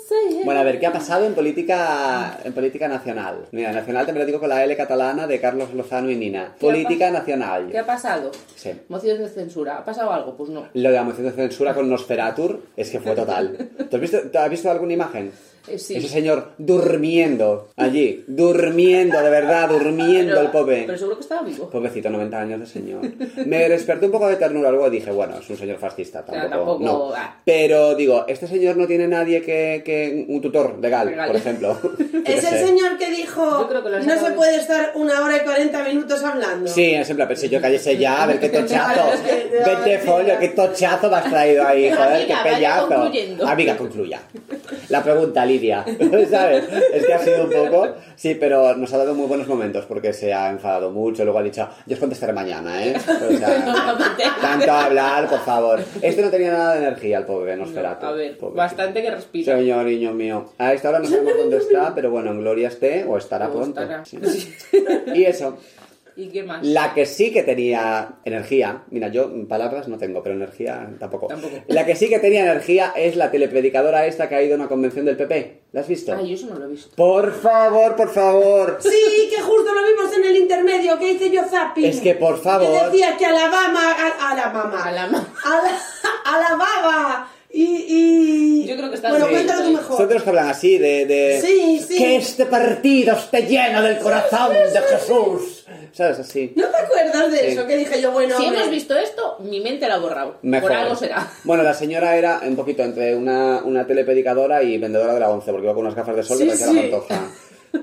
S2: se
S1: Bueno, a ver, ¿qué ha pasado en política, en política nacional? Mira, nacional también lo digo con la L catalana de Carlos Lozano y Nina.
S2: ¿Qué ha
S1: Política
S2: ¿Qué
S1: nacional.
S2: ha pasado?
S1: Sí.
S2: Mociones de censura. ¿Ha pasado algo? Pues no.
S1: Lo de la moción de censura con Nosferatur es que fue total. ¿Tú has visto, tú has visto alguna imagen?
S2: Eh, sí.
S1: Ese señor durmiendo allí, durmiendo, de verdad, durmiendo
S2: Pero-
S1: el pobre. Pues,
S2: Pero seguro que estaba vivo.
S1: Pobrecito, 90 años de señor. Me despertó un poco de ternura, luego dije, bueno, es un señor fascista,
S2: sea,
S1: tampoco.
S2: tampoco,
S1: no.
S2: ah.
S1: Pero digo, este señor no tiene nadie que, que un tutor legal,
S2: Legal.
S1: por ejemplo. Yo qué
S3: Es el
S1: sé.
S3: señor que dijo,
S2: Yo creo que lo has
S3: no se
S2: sacado".
S3: puede estar una hora y 40 minutos hablando.
S1: Sí, es en plan, pero si yo cállese ya, a ver qué tochazo.
S3: Vale, es que te va a
S1: Vete
S3: decir-
S1: folio, qué tochazo me has traído ahí, joder,
S2: Amiga,
S1: qué
S2: vaya
S1: pellazo.
S2: concluyendo.
S1: Amiga, concluya. La pregunta, Lidia, ¿sabes? Es que ha sido un poco... Sí, pero nos ha dado muy buenos momentos porque se ha enfadado mucho, luego ha dicho, yo os contestaré mañana, ¿eh? O sea, tanto hablar, por favor. Este no tenía nada de energía, el pobre Nosferatu.
S2: a ver,
S1: Pobre.
S2: bastante que respira.
S1: Señor, niño mío. A esta hora no sabemos dónde está, pero bueno, en gloria esté o estará
S2: O
S1: pronto.
S2: estará.
S1: Sí. Y eso,
S2: ¿Y qué más?
S1: la que sí que tenía energía, mira, yo palabras no tengo, pero energía tampoco.
S2: Tampoco.
S1: La que sí que tenía energía es la telepredicadora esta que ha ido a una convención del PP. ¿La has visto?
S2: Ay, yo eso no lo he visto.
S1: Por favor, por favor.
S3: Sí, que justo lo vimos en el intermedio que hice yo zapping.
S1: Es que, por
S3: Que
S1: favor.
S3: decía que Alabama, a- Alabama,
S2: A la ma-
S3: Ala- Alabama y, y...
S2: Yo creo que está
S3: Bueno,
S2: bien.
S3: cuéntalo tú mejor.
S1: Son de los que hablan así, de... de
S3: Sí, sí.
S1: Que este partido esté lleno del corazón de Jesús. ¿Sabes? Así.
S3: ¿No te acuerdas de eso que dije yo? Bueno,
S2: Si
S3: hombre,
S2: hemos visto esto, mi mente la ha borrado.
S1: Mejor.
S2: Por algo será.
S1: Bueno, la señora era un poquito entre una, una telepedicadora y vendedora de la once, porque iba con unas gafas de sol que
S3: Sí,
S1: parecía
S3: sí.
S1: la pantoja.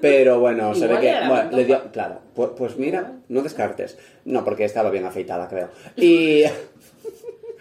S1: Pero bueno, se ve
S2: Igual
S1: que.
S2: era la
S1: bueno, le dio-
S2: Pantoja.
S1: claro, pues, pues mira, no descartes. No, porque estaba bien afeitada, creo. Y.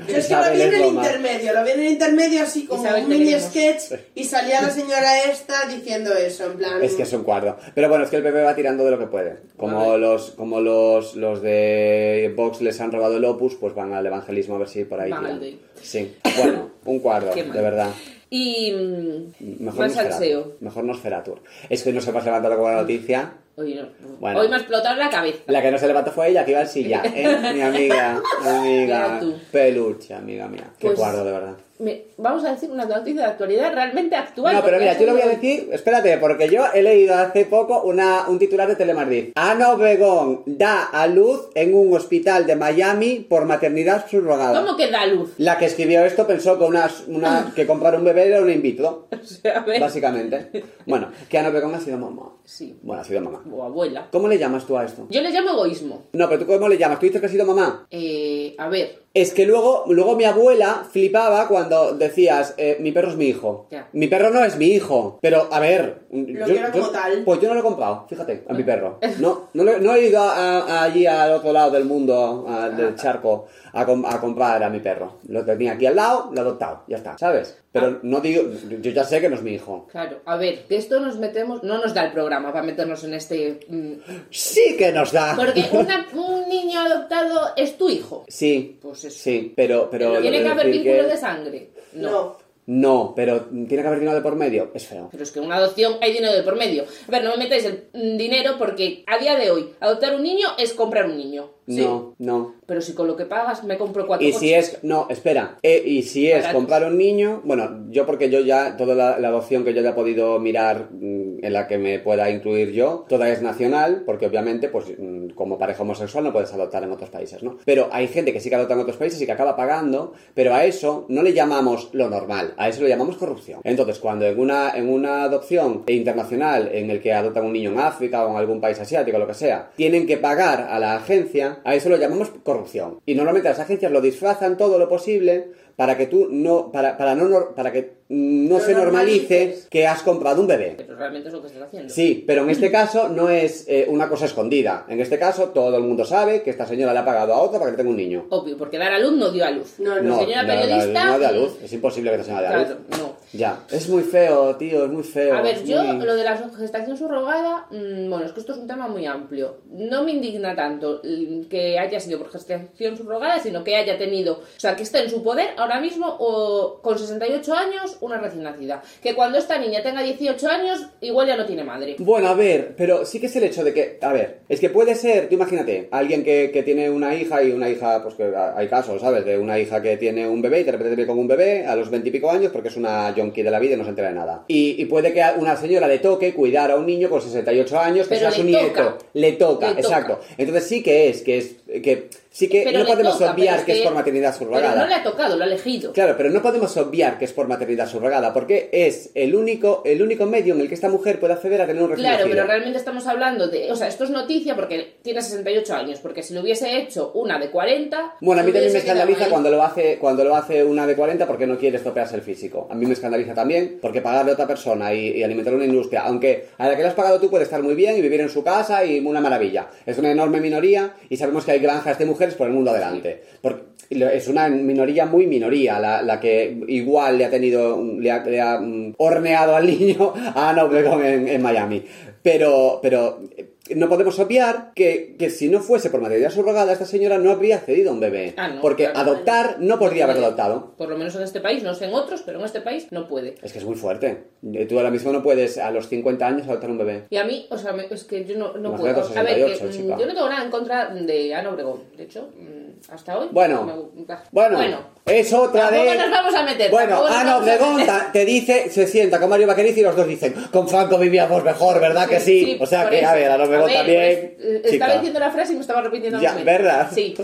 S3: Yo es que lo
S1: Isabel
S3: vi en
S1: es
S3: el
S1: lo más.
S3: intermedio, lo vi en el intermedio así como
S2: Isabel,
S3: un
S2: te
S3: mini
S2: queremos.
S3: sketch y salía la señora esta diciendo eso, en plan...
S1: Es que es un cuadro. Pero bueno, es que el PP va tirando de lo que puede. Como
S2: Vale.
S1: los como los, los de Vox les han robado el opus, pues van al evangelismo a ver si por ahí.
S2: Van al
S1: tiran.
S2: de-
S1: Sí. Bueno, un cuadro,
S2: Qué mal.
S1: de verdad.
S2: Y. mm,
S1: Mejor
S2: más
S1: Nosferatu.
S2: salseo.
S1: Mejor Nosferatu. Es que no se vas levantado con la noticia.
S2: Hoy, no.
S1: Bueno.
S2: Hoy me ha explotado la cabeza.
S1: La que no se levantó fue ella, que iba al silla. ¿eh? Mi amiga, amiga.
S2: Mira tú.
S1: Peluche, amiga mía. Qué
S2: Pues-
S1: cuadro, de verdad.
S2: Me- vamos a decir una noticia de actualidad realmente actual.
S1: No, pero
S2: porque
S1: mira,
S2: ha
S1: yo lo voy a
S2: salido-
S1: decir, espérate, porque yo he leído hace poco una, un titular de Telemadrid. Ana Obregón da a luz en un hospital de Miami por maternidad subrogada.
S2: ¿Cómo que da luz?
S1: La que escribió esto pensó que, una, una- que comprar un bebé era un invito,
S2: O sea, a ver.
S1: básicamente. Bueno, que Ana Obregón ha sido mamá.
S2: Sí.
S1: Bueno, ha sido mamá.
S2: O abuela.
S1: ¿Cómo le llamas tú a esto?
S2: Yo le llamo egoísmo.
S1: No, pero tú cómo le llamas? ¿Tú dices que has sido mamá?
S2: Eh, a ver.
S1: Es que luego, luego mi abuela flipaba cuando decías, eh, mi perro es mi hijo.
S2: Ya.
S1: Mi perro no es mi hijo. Pero, a ver... Lo
S3: quiero como tal.
S1: Pues yo no lo he comprado, fíjate, a
S2: Ah.
S1: mi perro. No, no, lo- no he ido a- a- allí al otro lado del mundo,
S2: Ah.
S1: a- del charco, a, com- a comprar a mi perro. Lo tenía aquí al lado, lo he adoptado, ya está, ¿sabes?
S2: Ah.
S1: Pero no digo, yo ya sé que no es mi hijo.
S2: Claro, a ver, que esto nos metemos, no nos da el programa para meternos en este... mm,
S1: Sí que nos da.
S2: porque una- un niño adoptado es tu hijo.
S1: Sí,
S2: Pues eso.
S1: sí, pero... pero lo
S2: ¿Tiene
S1: de
S2: que haber
S1: decir
S2: vínculo
S1: que-
S2: de sangre? No.
S3: No.
S1: No, pero tiene que haber dinero de por medio. Es feo.
S2: Pero es que una adopción hay dinero de por medio. A ver, no me metáis el mm, dinero porque a día de hoy adoptar un niño es comprar un niño. ¿sí?
S1: No, no.
S2: Pero si con lo que pagas me compro cuatro
S1: Y si
S2: coches.
S1: es, no, espera, Eh, y si es
S2: Baratos.
S1: comprar un niño, bueno, yo porque yo ya, toda la, la adopción que yo ya he podido mirar, mm, en la que me pueda incluir yo, toda es nacional, porque obviamente, pues mm, como pareja homosexual no puedes adoptar en otros países, ¿no? Pero hay gente que sí que adopta en otros países y que acaba pagando, pero a eso no le llamamos lo normal, a eso le llamamos corrupción. Entonces, cuando en una, en una adopción internacional, en el que adoptan un niño en África o en algún país asiático, lo que sea, tienen que pagar a la agencia, a eso lo llamamos corrupción. Y normalmente las agencias lo disfrazan todo lo posible para que tú no, para, para no, nor- para que no
S3: Lo
S1: se normalice
S3: normalices.
S1: que has comprado un bebé.
S2: Pero realmente es lo que estás haciendo.
S1: Sí, pero en este caso no es eh, una cosa escondida. En este caso todo el mundo sabe que esta señora le ha pagado a otra para que tenga un niño.
S2: Obvio, porque dar a luz no dio a luz.
S3: No, no.
S2: señora
S1: la- la-
S2: periodista,
S1: no da
S2: mm,
S1: luz. Es imposible que esta señora dé a luz.
S2: Claro, no.
S1: Ya. Es muy feo, tío, es muy feo.
S2: A ver,
S1: es
S2: yo
S1: muy-
S2: lo de la gestación subrogada, mm, bueno, es que esto es un tema muy amplio. No me indigna tanto mm, que haya sido por gestación subrogada, sino que haya tenido, o sea, que esté en su poder ahora mismo o con 68 años una recién nacida. Que cuando esta niña tenga 18 años, igual ya no tiene madre.
S1: Bueno, a ver, pero sí que es el hecho de que, a ver, es que puede ser, tú imagínate, alguien que, que tiene una hija y una hija, pues que ha- hay casos, ¿sabes? De una hija que tiene un bebé y de repente viene con un bebé a los veintipico años porque es una yonki de la vida y no se entera de nada. Y, y puede que a una señora le toque cuidar a un niño con 68 años que
S2: Pero
S1: sea su
S2: le
S1: nieto.
S2: toca.
S1: Le toca,
S2: Le toca.
S1: exacto. Entonces sí que es, que es, que sí que
S2: Pero
S1: no
S2: le
S1: podemos
S2: toca, pero
S1: obviar que es por maternidad
S2: Pero
S1: subrogada.
S2: no le ha tocado, lo ha elegido.
S1: Claro, pero no podemos obviar que es por maternidad subrogada, porque es el único, el único medio en el que esta mujer puede acceder a tener un recién
S2: Claro,
S1: nacido.
S2: pero realmente estamos hablando de. O sea, esto es noticia porque tiene 68 años. Porque si lo hubiese hecho una de 40.
S1: Bueno, a mí también me
S2: hubiese quedado
S1: escandaliza
S2: ahí.
S1: cuando lo hace cuando lo hace una de 40 porque no quiere estropearse el físico. A mí me escandaliza también porque pagarle a otra persona y, y alimentar una industria, aunque a la que le has pagado tú puede estar muy bien y vivir en su casa y una maravilla. Es una enorme minoría y sabemos que hay granjas de mujeres por el mundo adelante. Porque lo- es una minoría muy minoría la, la que igual le ha tenido le ha, le ha, mm, horneado al niño a Ana Obregón en, en Miami. Pero pero eh, no podemos obviar que, que si no fuese por maternidad subrogada, esta señora no habría accedido a un bebé.
S2: Ah, no,
S1: porque
S2: claro.
S1: adoptar no podría haberlo adoptado.
S2: Por lo menos en este país, no sé en otros, pero en este país no puede.
S1: Es que es muy fuerte. Eh, Tú ahora mismo no puedes a los 50 años adoptar un bebé.
S2: Y a mí, o sea, me- es que yo no, no
S1: Imagínate
S2: puedo. A ver, que,
S1: 68,
S2: mm,
S1: chica.
S2: yo no tengo nada en contra de Ana Obregón. De hecho, mm, hasta hoy.
S1: Bueno,
S2: me- me-
S1: Bueno, es otra
S2: tampoco
S1: de...
S2: nos vamos a meter.
S1: Bueno,
S2: tampoco nos
S1: Ana
S2: vamos a
S1: Obregón
S2: meter.
S1: ta- te dice, se sienta con Mario Vaqueriz y los dos dicen, con Franco vivíamos mejor, ¿verdad ah, que sí? o sea
S2: por
S1: que, a
S2: eso.
S1: ver, Ana Obregón
S2: ver,
S1: también...
S2: pues, eh,
S1: chica.
S2: estaba diciendo la frase y me estaba repitiendo.
S1: Ya,
S2: la misma.
S1: ¿verdad?
S2: Sí.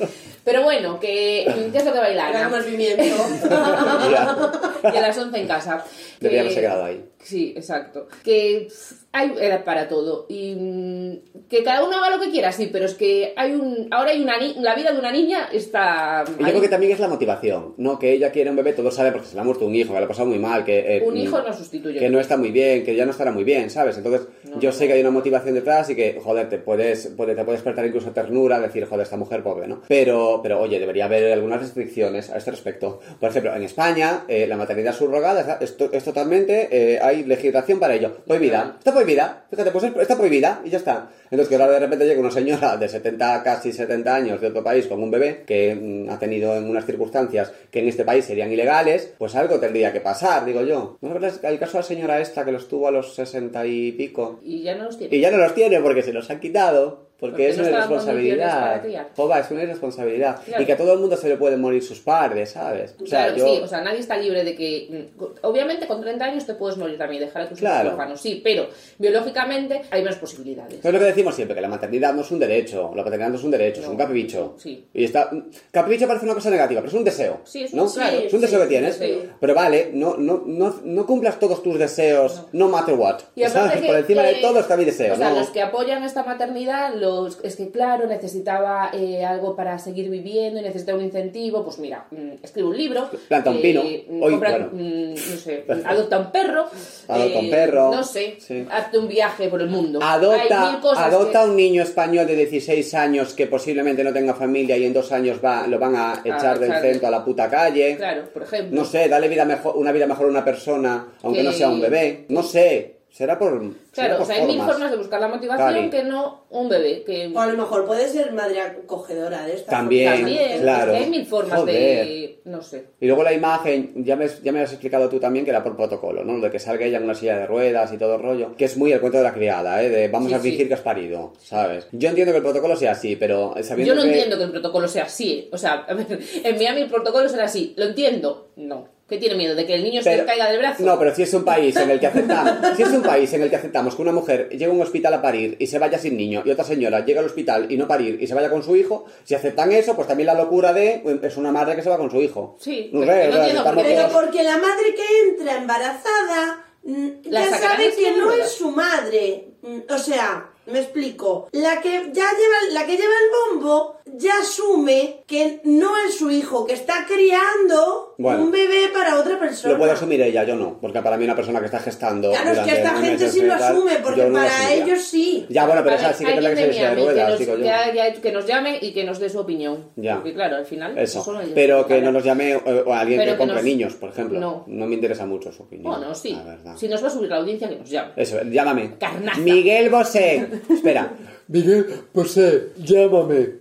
S2: Pero bueno, que, mm, ¿qué es lo que baila Ana?
S3: Gran movimiento.
S1: Ya.
S2: y a las 11 en casa. Eh,
S1: Debería
S2: Que-
S1: haberse quedado ahí.
S2: Sí, exacto. Que pff, hay era para todo. Y mm, que cada uno haga lo que quiera, sí, pero es que hay un ahora hay una ni- la vida de una niña está
S1: Y Yo
S2: ahí.
S1: creo que también es la motivación, ¿no? Que ella quiere un bebé, todos saben porque se le ha muerto un hijo, que le ha pasado muy mal, que... eh,
S2: un hijo no sustituye.
S1: que no está muy bien, que ya no estará muy bien, ¿sabes? Entonces,
S2: No,
S1: yo
S2: no.
S1: sé que hay una motivación detrás y que, joder, te puedes, puede, te puede despertar incluso ternura, decir, joder, esta mujer pobre, ¿no? Pero, pero oye, debería haber algunas restricciones a este respecto. Por ejemplo, en España, eh, la maternidad subrogada está- es, to- es totalmente, eh, hay legislación para ello. Pues Prohibida. Está prohibida. Fíjate, pues es- está prohibida y ya está. Entonces, que ahora de repente llega una señora de 70, casi 70 años de otro país con un bebé que mm, ha tenido en unas circunstancias que en este país serían ilegales, pues algo tendría que pasar, digo yo. ¿No es el caso de la señora esta que los tuvo a los 60 y pico?
S2: Y ya no los tiene.
S1: Y ya no los tiene porque se los han quitado. Porque,
S2: Porque
S1: es
S2: no
S1: una
S2: estaban
S1: irresponsabilidad.
S2: condiciones para criar.
S1: Jova, es una irresponsabilidad.
S2: Claro.
S1: Y que a todo el mundo se le pueden morir sus padres, ¿sabes? O sea,
S2: claro,
S1: yo...
S2: sí, o sea, nadie está libre de que. mm, co- Obviamente, con 30 años te puedes morir también, dejar a tus hijos
S1: Claro.
S2: huérfanos, sí, pero biológicamente hay más posibilidades.
S1: Es lo que decimos siempre, que la maternidad no es un derecho. La paternidad no es un derecho, es
S2: No.
S1: un capricho.
S2: Sí.
S1: Y está... Capricho parece una cosa negativa, pero es un deseo.
S2: Sí, es un
S1: ¿no?
S2: deseo, Claro.
S1: Es un deseo
S2: sí,
S1: que tienes.
S2: es un deseo.
S1: Pero vale, no, no, no, no cumplas todos tus deseos, no, matter what.
S2: Y aparte
S1: ¿sabes?
S2: que-
S1: Por encima de
S2: que-
S1: todo está mi deseo,
S2: O sea,
S1: ¿no?
S2: los que apoyan esta maternidad, los es que claro, necesitaba eh, algo para seguir viviendo y necesita un incentivo, pues mira, mm, escribe un libro,
S1: Planta un pino.
S2: mm,
S1: Hoy,
S2: compra,
S1: bueno.
S2: mm, no sé, mm, adopta un perro, eh,
S1: Adopta un perro.
S2: no sé,
S1: Sí.
S2: hazte un viaje por el mundo. Hay
S1: Adopta,
S2: mil cosas
S1: adopta
S2: que-
S1: un niño español de 16 años que posiblemente no tenga familia y en dos años va, lo van a echar del
S2: Ah, echar de-
S1: centro a la puta calle.
S2: Claro, por ejemplo.
S1: No sé, dale vida mejor, una vida mejor a una persona, aunque no
S2: Que-
S1: sea un bebé. No sé, será por. será
S2: Claro,
S1: por
S2: o sea, hay mil
S1: pues formas.
S2: formas de buscar la motivación
S1: Cari.
S2: que no un bebé, que
S3: O a lo mejor puede ser madre acogedora de esta.
S1: También.
S2: también,
S1: claro.
S2: es que hay mil formas
S1: Joder.
S2: de, no sé.
S1: Y luego la imagen, ya me, ya me has explicado tú también que era por protocolo, ¿no? Lo de que salga ella en una silla de ruedas y todo el rollo, que es muy el cuento de la criada, ¿eh? De vamos
S2: Sí,
S1: a
S2: sí.
S1: fingir que has parido, ¿sabes? Yo entiendo que el protocolo sea así, pero eh, sabiendo
S2: Yo no
S1: que...
S2: entiendo que el protocolo sea así. ¿eh? O sea, a ver, en Miami el protocolo será así. ¿Lo entiendo? No. ¿Qué tiene miedo? ¿De que el niño se
S1: Pero-
S2: le caiga del brazo?
S1: No, pero si es un país en el que aceptamos, si es un país en el que aceptamos que una mujer llegue a un hospital a parir y se vaya sin niño y otra señora llega al hospital y no parir y se vaya con su hijo, si aceptan eso, pues también la locura de eh, es una madre que se va con su hijo.
S2: Sí,
S1: no sé,
S2: pero que no
S1: o sea,
S2: entiendo por
S1: estamos
S2: qué
S3: Pero
S1: todos-
S3: porque la madre que entra embarazada mm,
S2: La
S3: ya
S2: sacarán
S3: sabe que no
S2: seguro.
S3: es su madre. Mm, O sea, me explico. La que ya lleva, la que lleva el bombo ya asume que no es su hijo, que está criando
S1: Bueno.
S3: un bebé para otra persona.
S1: Lo puede asumir ella, yo no. Porque para mí una persona que está gestando.
S3: Claro, es
S1: durante
S3: que esta
S1: unos
S3: gente
S1: meses
S3: sí lo
S1: y tal,
S3: asume, porque
S1: yo no lo
S3: para
S1: asumiría.
S3: ellos sí.
S1: Ya, bueno, pero
S2: A ver,
S1: esa sí que tendrá que
S2: alguien
S1: ser
S2: de
S1: silla de
S2: Miami que
S1: ruedas,
S2: nos-
S1: digo yo.
S2: que, haya- que nos llame y que nos dé su opinión.
S1: Ya.
S2: Porque claro, al final...
S1: Eso.
S2: pues solo ellos.
S1: Pero que no
S2: Claro.
S1: nos llame eh, o alguien
S2: Pero
S1: que
S2: que
S1: compre
S2: nos-
S1: niños, por ejemplo. No.
S2: No.
S1: me interesa mucho su opinión.
S2: Bueno, sí.
S1: La verdad.
S2: Si nos va a subir la audiencia, que nos llame.
S1: Eso, llámame.
S2: Carnaza.
S1: Miguel Bosé. Espera. Miguel Bosé, llámame.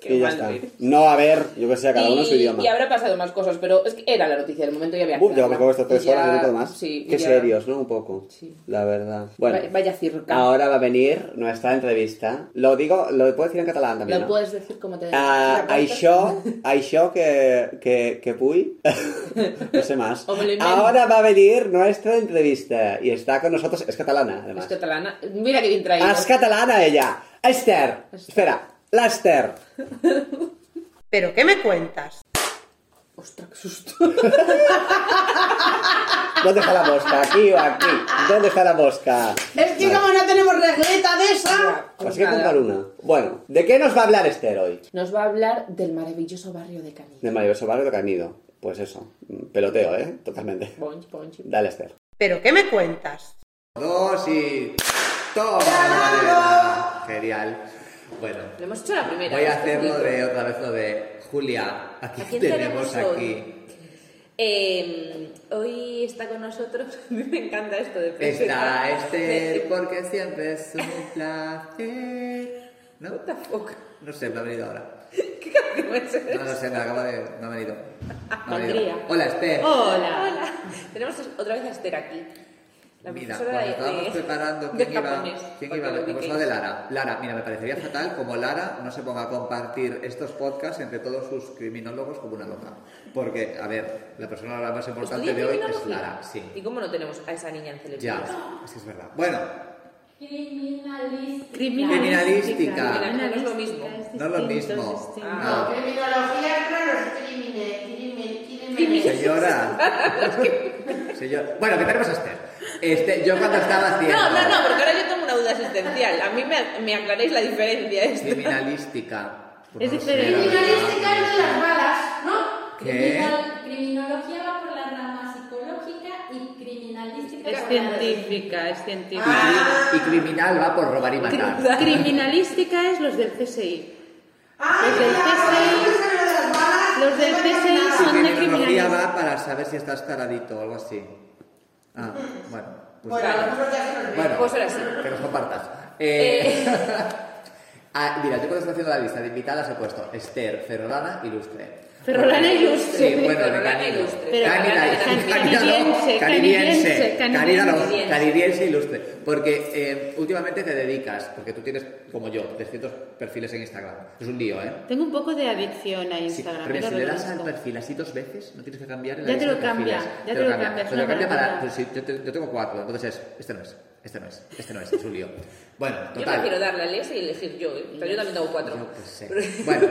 S2: Qué
S1: Y ya
S2: malo
S1: está.
S2: eres.
S1: No, a ver, yo que sé, a cada uno su idioma.
S2: y habrá pasado más cosas, pero es que era la noticia del momento y había que
S1: Uf, llevamos
S2: darla.
S1: con estas tres
S2: Y ya-
S1: horas y un poco más.
S2: Sí, y
S1: Qué
S2: ya-
S1: serios, ¿no? Un poco.
S2: Sí.
S1: La verdad. Bueno.
S2: Va- Vaya circa.
S1: Ahora va a venir nuestra entrevista. Lo digo, lo puedo decir en catalán también.
S2: Lo
S1: ¿no?
S2: puedes decir como te
S1: Ah,
S2: ¿La
S1: això, això que, que, que Puy, no sé más.
S2: O me lo invento.
S1: Ahora va a venir nuestra entrevista y está con nosotros, es catalana además. Ah,
S2: Es catalana. Mira que bien traído.
S1: Es catalana ella. Esther. Espera, la Esther.
S6: ¿Pero qué me cuentas?
S2: Ostras, qué susto.
S1: ¿Dónde está la mosca? ¿Aquí o aquí? ¿Dónde está la mosca?
S3: Es que
S1: Vale.
S3: como no tenemos regleta de esa,
S1: Pues hay que
S2: Nada.
S1: comprar una. Bueno, ¿de qué nos va a hablar Esther hoy?
S2: Nos va a hablar del maravilloso barrio de Canillas.
S1: Del maravilloso barrio que han ido. Pues eso, peloteo, ¿eh? Totalmente.
S2: Ponch, ponch.
S1: Dale, Esther.
S6: ¿Pero qué me cuentas?
S1: Dos y... ¡Toma! Valera! Genial. Bueno,
S2: Lo hemos hecho la primera.
S1: voy a
S2: este
S1: hacerlo
S2: poquito.
S1: de otra vez lo de Julia. Aquí
S7: ¿A quién
S1: tenemos
S7: tenemos hoy?
S1: aquí.
S7: Eh, hoy está con nosotros, a mí me encanta esto de
S1: Está
S7: presentar.
S8: este
S1: Esther, porque siempre es un placer. ¿No?
S7: Fuck,
S1: No sé, me ha venido ahora.
S7: ¿Qué canción es esa?
S1: No, no sé, me acaba de... No ha venido. No ha venido.
S7: Pondría.
S1: Hola,
S8: eh.
S1: Esther.
S7: Oh, Hola. Tenemos otra vez a Esther aquí. La
S8: Mira,
S7: profesora
S8: cuando
S7: de-
S8: estábamos
S7: de-
S8: preparando
S7: de
S8: quién iba,
S7: japonés,
S8: quién
S7: para
S8: iba a
S7: que lo
S8: hablar, pues
S7: ubiquéis.
S8: lo de Lara. Lara, mira, me parecería fatal como Lara no se ponga a compartir estos podcasts entre todos sus criminólogos como una loca. Porque, a ver, la persona ahora más importante
S7: Estudia
S8: de hoy es
S7: criminología.
S8: Lara, sí.
S7: ¿Y cómo no tenemos a esa niña en televisión?
S8: Ya, sí es verdad. Bueno,
S7: Mira,
S8: criminalística.
S7: no es lo mismo.
S8: No es lo mismo.
S7: Ah.
S8: No.
S3: Criminología, claro, es crimen, crimen,
S8: Señora. Señor- Bueno, que tenemos a Esther. Este, yo cuando estaba haciendo...
S7: No, no, no, porque ahora yo tengo una duda existencial. A mí me, me aclaréis la diferencia. esto.
S8: Criminalística. Pues
S7: Es
S8: no sé,
S7: diferente.
S8: la verdad.
S9: de las balas, ¿no?
S8: ¿Qué?
S9: Criminal- criminología va por la rama psicológica y criminalística
S7: Es
S9: por la-
S7: científica, es científica.
S8: Y, cri- y criminal va por robar
S7: Ah,
S8: y matar.
S10: Criminalística es los del CSI.
S3: Ah,
S10: Los del CSI, los del CSI son de
S8: Criminología
S10: criminalística.
S8: va para saber si estás taradito o algo así. Ah, bueno. Pues
S3: Bueno,
S8: vale.
S3: nosotros ya se nos
S8: Bueno,
S7: Pues ahora sí.
S8: Que nos compartas. Eh, ah, mira, yo cuando estaba haciendo la lista de invitadas he puesto Esther, Ferrolana, Ilustre.
S10: Ferrolana Ilustre.
S8: Sí, bueno, de
S7: Ferrolana
S8: Canino.
S7: Ilustre.
S8: Canina-
S7: Ferrolana-
S8: Canino-
S10: Caniniense,
S8: Caniniense,
S10: caniniense,
S8: canina no,
S10: caniniense.
S8: caniniense Ilustre. Porque eh, últimamente te dedicas, porque tú tienes, como yo, 300 perfiles en Instagram. Es un lío, ¿eh?
S10: Tengo un poco de adicción a
S8: Sí,
S10: Instagram.
S8: pero
S10: ya
S8: si
S10: lo
S8: le das al
S10: reconozco.
S8: perfil así dos veces, no tienes que cambiar en la
S10: Ya
S8: lista
S10: te lo
S8: de
S10: cambia,
S8: perfiles.
S10: ya te lo cambia, es
S8: Te
S10: una
S8: lo cambia para.
S10: maravilla.
S8: pues sí, yo, te- yo tengo cuatro, entonces es. Este no es, este no es, este no es, es un lío. Bueno,
S7: Yo
S8: total.
S7: prefiero darle al S y elegir yo, ¿eh? pero yo también tengo cuatro.
S8: Yo qué sé. Bueno,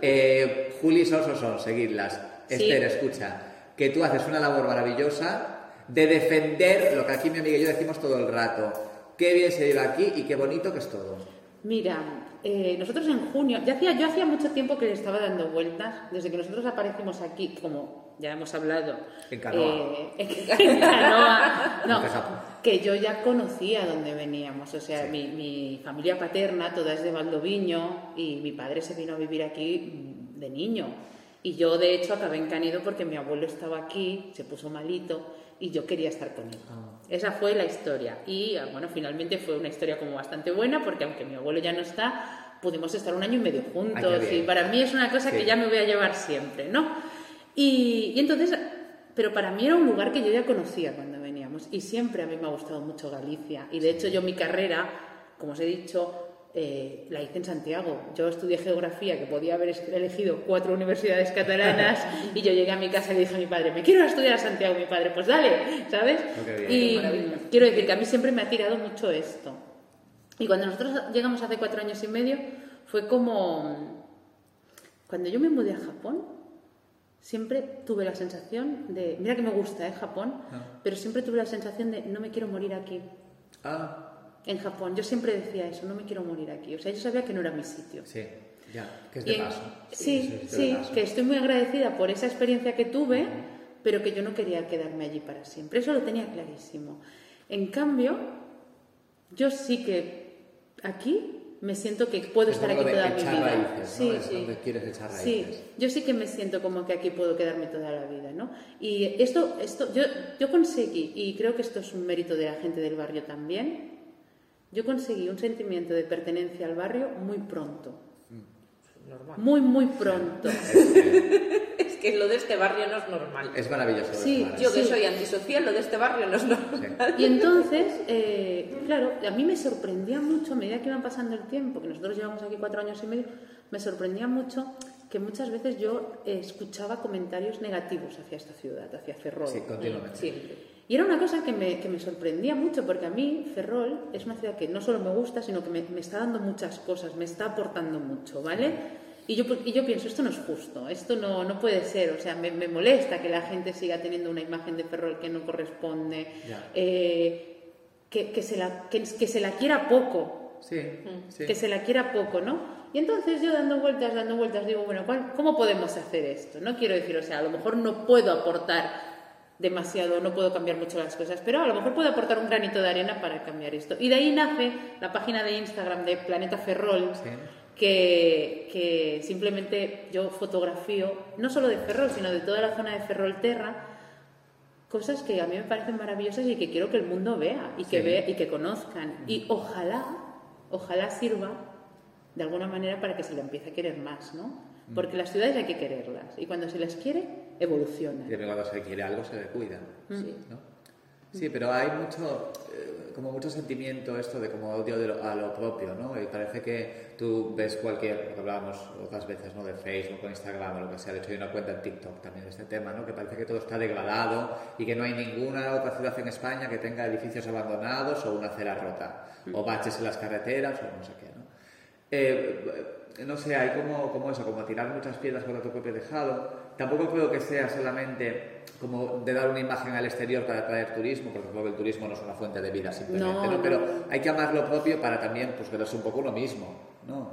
S8: eh, Juli, son, son, son, seguidlas.
S10: Sí.
S8: Esther, escucha, que tú haces una labor maravillosa de defender lo que aquí mi amiga y yo decimos todo el rato. Qué bien se vive aquí y qué bonito que es todo.
S10: Mira, eh, nosotros en junio, ya hacía, yo hacía mucho tiempo que le estaba dando vueltas, desde que nosotros aparecimos aquí, como ya hemos hablado.
S8: En canoa.
S10: eh, en canoa, No,
S8: En cajapo.
S10: que yo ya conocía dónde veníamos. O sea,
S8: Sí.
S10: mi, mi familia paterna toda es de Valdoviño y mi padre se vino a vivir aquí mm, de niño. Y yo, de hecho, acabé en Canido porque mi abuelo estaba aquí, se puso malito y yo quería estar con él.
S8: Ah.
S10: Esa fue la historia. Y ah, bueno, finalmente fue una historia como bastante buena porque aunque mi abuelo ya no está, pudimos estar un año y medio juntos.
S8: Ah, qué bien.
S10: y para mí es una cosa
S8: Sí.
S10: que ya me voy a llevar siempre, ¿no? Y, y entonces, pero para mí era un lugar que yo ya conocía cuando veníamos. Y siempre a mí me ha gustado mucho Galicia. Y de hecho yo mi carrera, como os he dicho, eh, la hice en Santiago. Yo estudié geografía, que podía haber es- elegido cuatro universidades catalanas. y yo llegué a mi casa y le dije a mi padre, me quiero estudiar a Santiago. Mi padre, pues dale, ¿sabes?
S8: Oh, qué bien.
S10: y quiero decir que a mí siempre me ha tirado mucho esto. Y cuando nosotros llegamos hace cuatro años y medio, fue como... Cuando yo me mudé a Japón, siempre tuve la sensación de... Mira que me gusta, ¿eh? Japón. Pero siempre tuve la sensación de no me quiero morir aquí,
S8: Ah,
S10: en Japón. Yo siempre decía eso, no me quiero morir aquí. O sea, yo sabía que no era mi sitio.
S8: sí. Ya, que es
S10: Y
S8: de
S10: en-
S8: paso.
S10: Sí,
S8: es de
S10: sí,
S8: paso.
S10: que estoy muy agradecida por esa experiencia que tuve, pero que yo no quería quedarme allí para siempre. Eso lo tenía clarísimo. En cambio, yo sí que aquí me siento que puedo
S8: Es
S10: estar
S8: como
S10: aquí
S8: lo de
S10: toda mi
S8: echar
S10: vida.
S8: raíces, ¿no?
S10: sí,
S8: Es
S10: sí.
S8: donde quieres echar
S10: Sí,
S8: raíces.
S10: yo sí que me siento como que aquí puedo quedarme toda la vida, ¿no? Y esto, esto yo, yo conseguí, y creo que esto es un mérito de la gente del barrio también, yo conseguí un sentimiento de pertenencia al barrio muy pronto. Muy, muy pronto.
S7: Es que lo de este barrio no es normal.
S8: Es maravilloso.
S10: Sí,
S8: es
S7: Yo que
S10: Sí.
S7: soy antisocial, lo de este barrio no es normal.
S10: Y entonces, eh, claro, a mí me sorprendía mucho a medida que iban pasando el tiempo, que nosotros llevamos aquí cuatro años y medio, me sorprendía mucho que muchas veces yo eh, escuchaba comentarios negativos hacia esta ciudad, hacia Ferrol.
S8: Sí, continuamente.
S10: Siempre. Y era una cosa que me, que me sorprendía mucho, porque a mí Ferrol es una ciudad que no solo me gusta, sino que me, me está dando muchas cosas, me está aportando mucho, ¿vale? Y yo, y yo pienso, esto no es justo, esto no, no puede ser, o sea, me, me molesta que la gente siga teniendo una imagen de Ferrol que no corresponde,
S8: Ya.
S10: eh, que, que se la, que, que se la quiera poco,
S8: Sí, sí.
S10: Mm. que se la quiera poco, ¿no? Y entonces yo dando vueltas, dando vueltas, digo, bueno, ¿cuál- ¿cómo podemos hacer esto? No quiero decir, o sea, a lo mejor no puedo aportar demasiado, no puedo cambiar mucho las cosas, pero a lo mejor puedo aportar un granito de arena para cambiar esto. Y de ahí nace la página de Instagram de Planeta Ferrol,
S8: Sí.
S10: que, que simplemente yo fotografío, no solo de Ferrol, sino de toda la zona de Ferrolterra, cosas que a mí me parecen maravillosas y que quiero que el mundo vea y que
S8: Sí.
S10: vea y que conozcan y ojalá ojalá sirva de alguna manera para que se la empiece a querer más no porque las ciudades hay que quererlas y cuando se las quiere evolucionan
S8: Siempre cuando se quiere algo se le cuida.
S10: Mm. Sí.
S8: ¿no? Sí, pero hay mucho, eh, como mucho sentimiento esto de como odio de lo- a lo propio, ¿no? Y parece que tú ves cualquier, lo que hablábamos otras veces, ¿no? De Facebook o Instagram o lo que sea. De hecho, hay una cuenta en TikTok también de este tema, ¿no? Que parece que todo está degradado y que no hay ninguna otra ciudad en España que tenga edificios abandonados o una acera rota
S10: Mm.
S8: o baches en las carreteras o no sé qué, ¿no? Eh, no sé, hay como, como eso, como tirar muchas piedras contra tu propio tejado. Tampoco creo que sea solamente como de dar una imagen al exterior para atraer turismo, porque supongo que el turismo no es una fuente de vida simplemente,
S10: No,
S8: ¿no?
S10: no,
S8: Pero
S10: no.
S8: hay que amar lo propio para también, pues, quedarse un poco uno mismo, ¿no?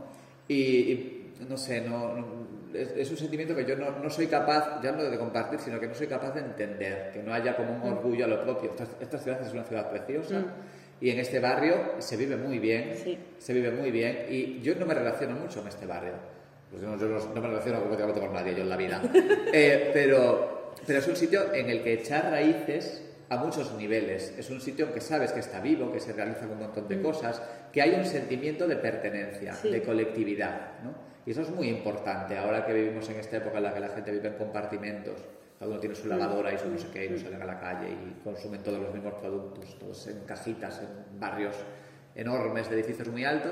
S8: Y, y, no sé, no, no- es, es un sentimiento que yo no, no soy capaz, ya no de compartir, sino que no soy capaz de entender, que no haya como un
S10: Mm.
S8: orgullo a lo propio. Esta, esta ciudad es una ciudad preciosa y en este barrio se vive muy bien,
S10: Sí.
S8: se vive muy bien y yo no me relaciono mucho en este barrio. Pues no, yo no, no me relaciono completamente con nadie yo en la vida. Eh, pero, pero es un sitio en el que echar raíces a muchos niveles. Es un sitio en que sabes que está vivo, que se realizan un montón de cosas, que hay un sentimiento de pertenencia,
S10: Sí.
S8: de colectividad. ¿no? Y eso es muy importante ahora que vivimos en esta época en la que la gente vive en compartimentos. Cada uno tiene su lavadora y su no sé qué, y no salen a la calle y consumen todos los mismos productos, todos en cajitas, en barrios enormes de edificios muy altos.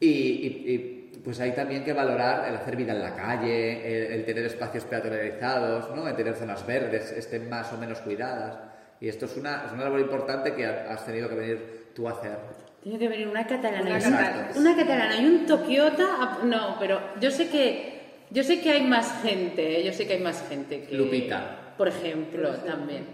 S8: Y, y- y, pues hay también que valorar el hacer vida en la calle, el, el tener espacios peatonalizados, ¿no? el tener zonas verdes, estén más o menos cuidadas. Y esto es una, es una labor importante que ha- has tenido que venir tú a hacer.
S10: Tiene que venir una catalana.
S8: Una
S10: y un-
S8: catalana.
S10: una catalana y un toquiota. a- No, pero yo sé que yo sé que hay más gente, ¿eh? yo sé que hay más gente que
S8: Lupita.
S10: Por ejemplo, también.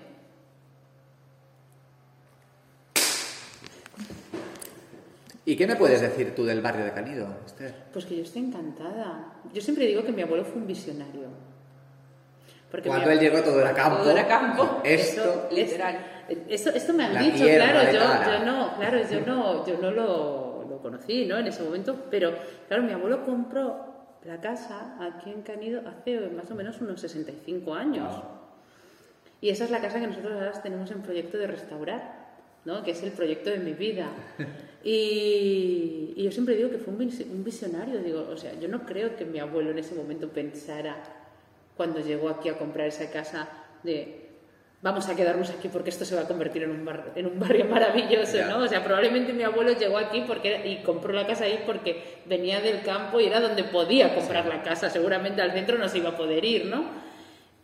S8: ¿Y qué me puedes decir tú del barrio de Canido, Esther?
S10: Pues que yo estoy encantada. Yo siempre digo que mi abuelo fue un visionario. Porque
S8: Cuando
S10: mi
S8: él
S10: ab-
S8: llegó todo era campo.
S7: Todo era campo.
S8: Esto.
S7: Eso, literal.
S10: Eso, esto me han
S8: La
S10: dicho,
S8: tierra
S10: claro,
S8: de
S10: yo,
S8: Tara.
S10: yo no, claro, yo no, yo no lo, lo conocí, ¿no? En ese momento, pero claro, mi abuelo compró la casa aquí en Canido hace más o menos unos 65 años. Y esa es la casa que nosotros ahora tenemos en proyecto de restaurar, ¿no? Que es el proyecto de mi vida. Y, y yo siempre digo que fue un vis- un visionario, digo, o sea, yo no creo que mi abuelo en ese momento pensara cuando llegó aquí a comprar esa casa de vamos a quedarnos aquí porque esto se va a convertir en un, bar- en un barrio maravilloso,
S8: Ya.
S10: ¿no? O sea, probablemente mi abuelo llegó aquí porque era- y compró la casa ahí porque venía del campo y era donde podía comprar la casa, seguramente al centro no se iba a poder ir, ¿no?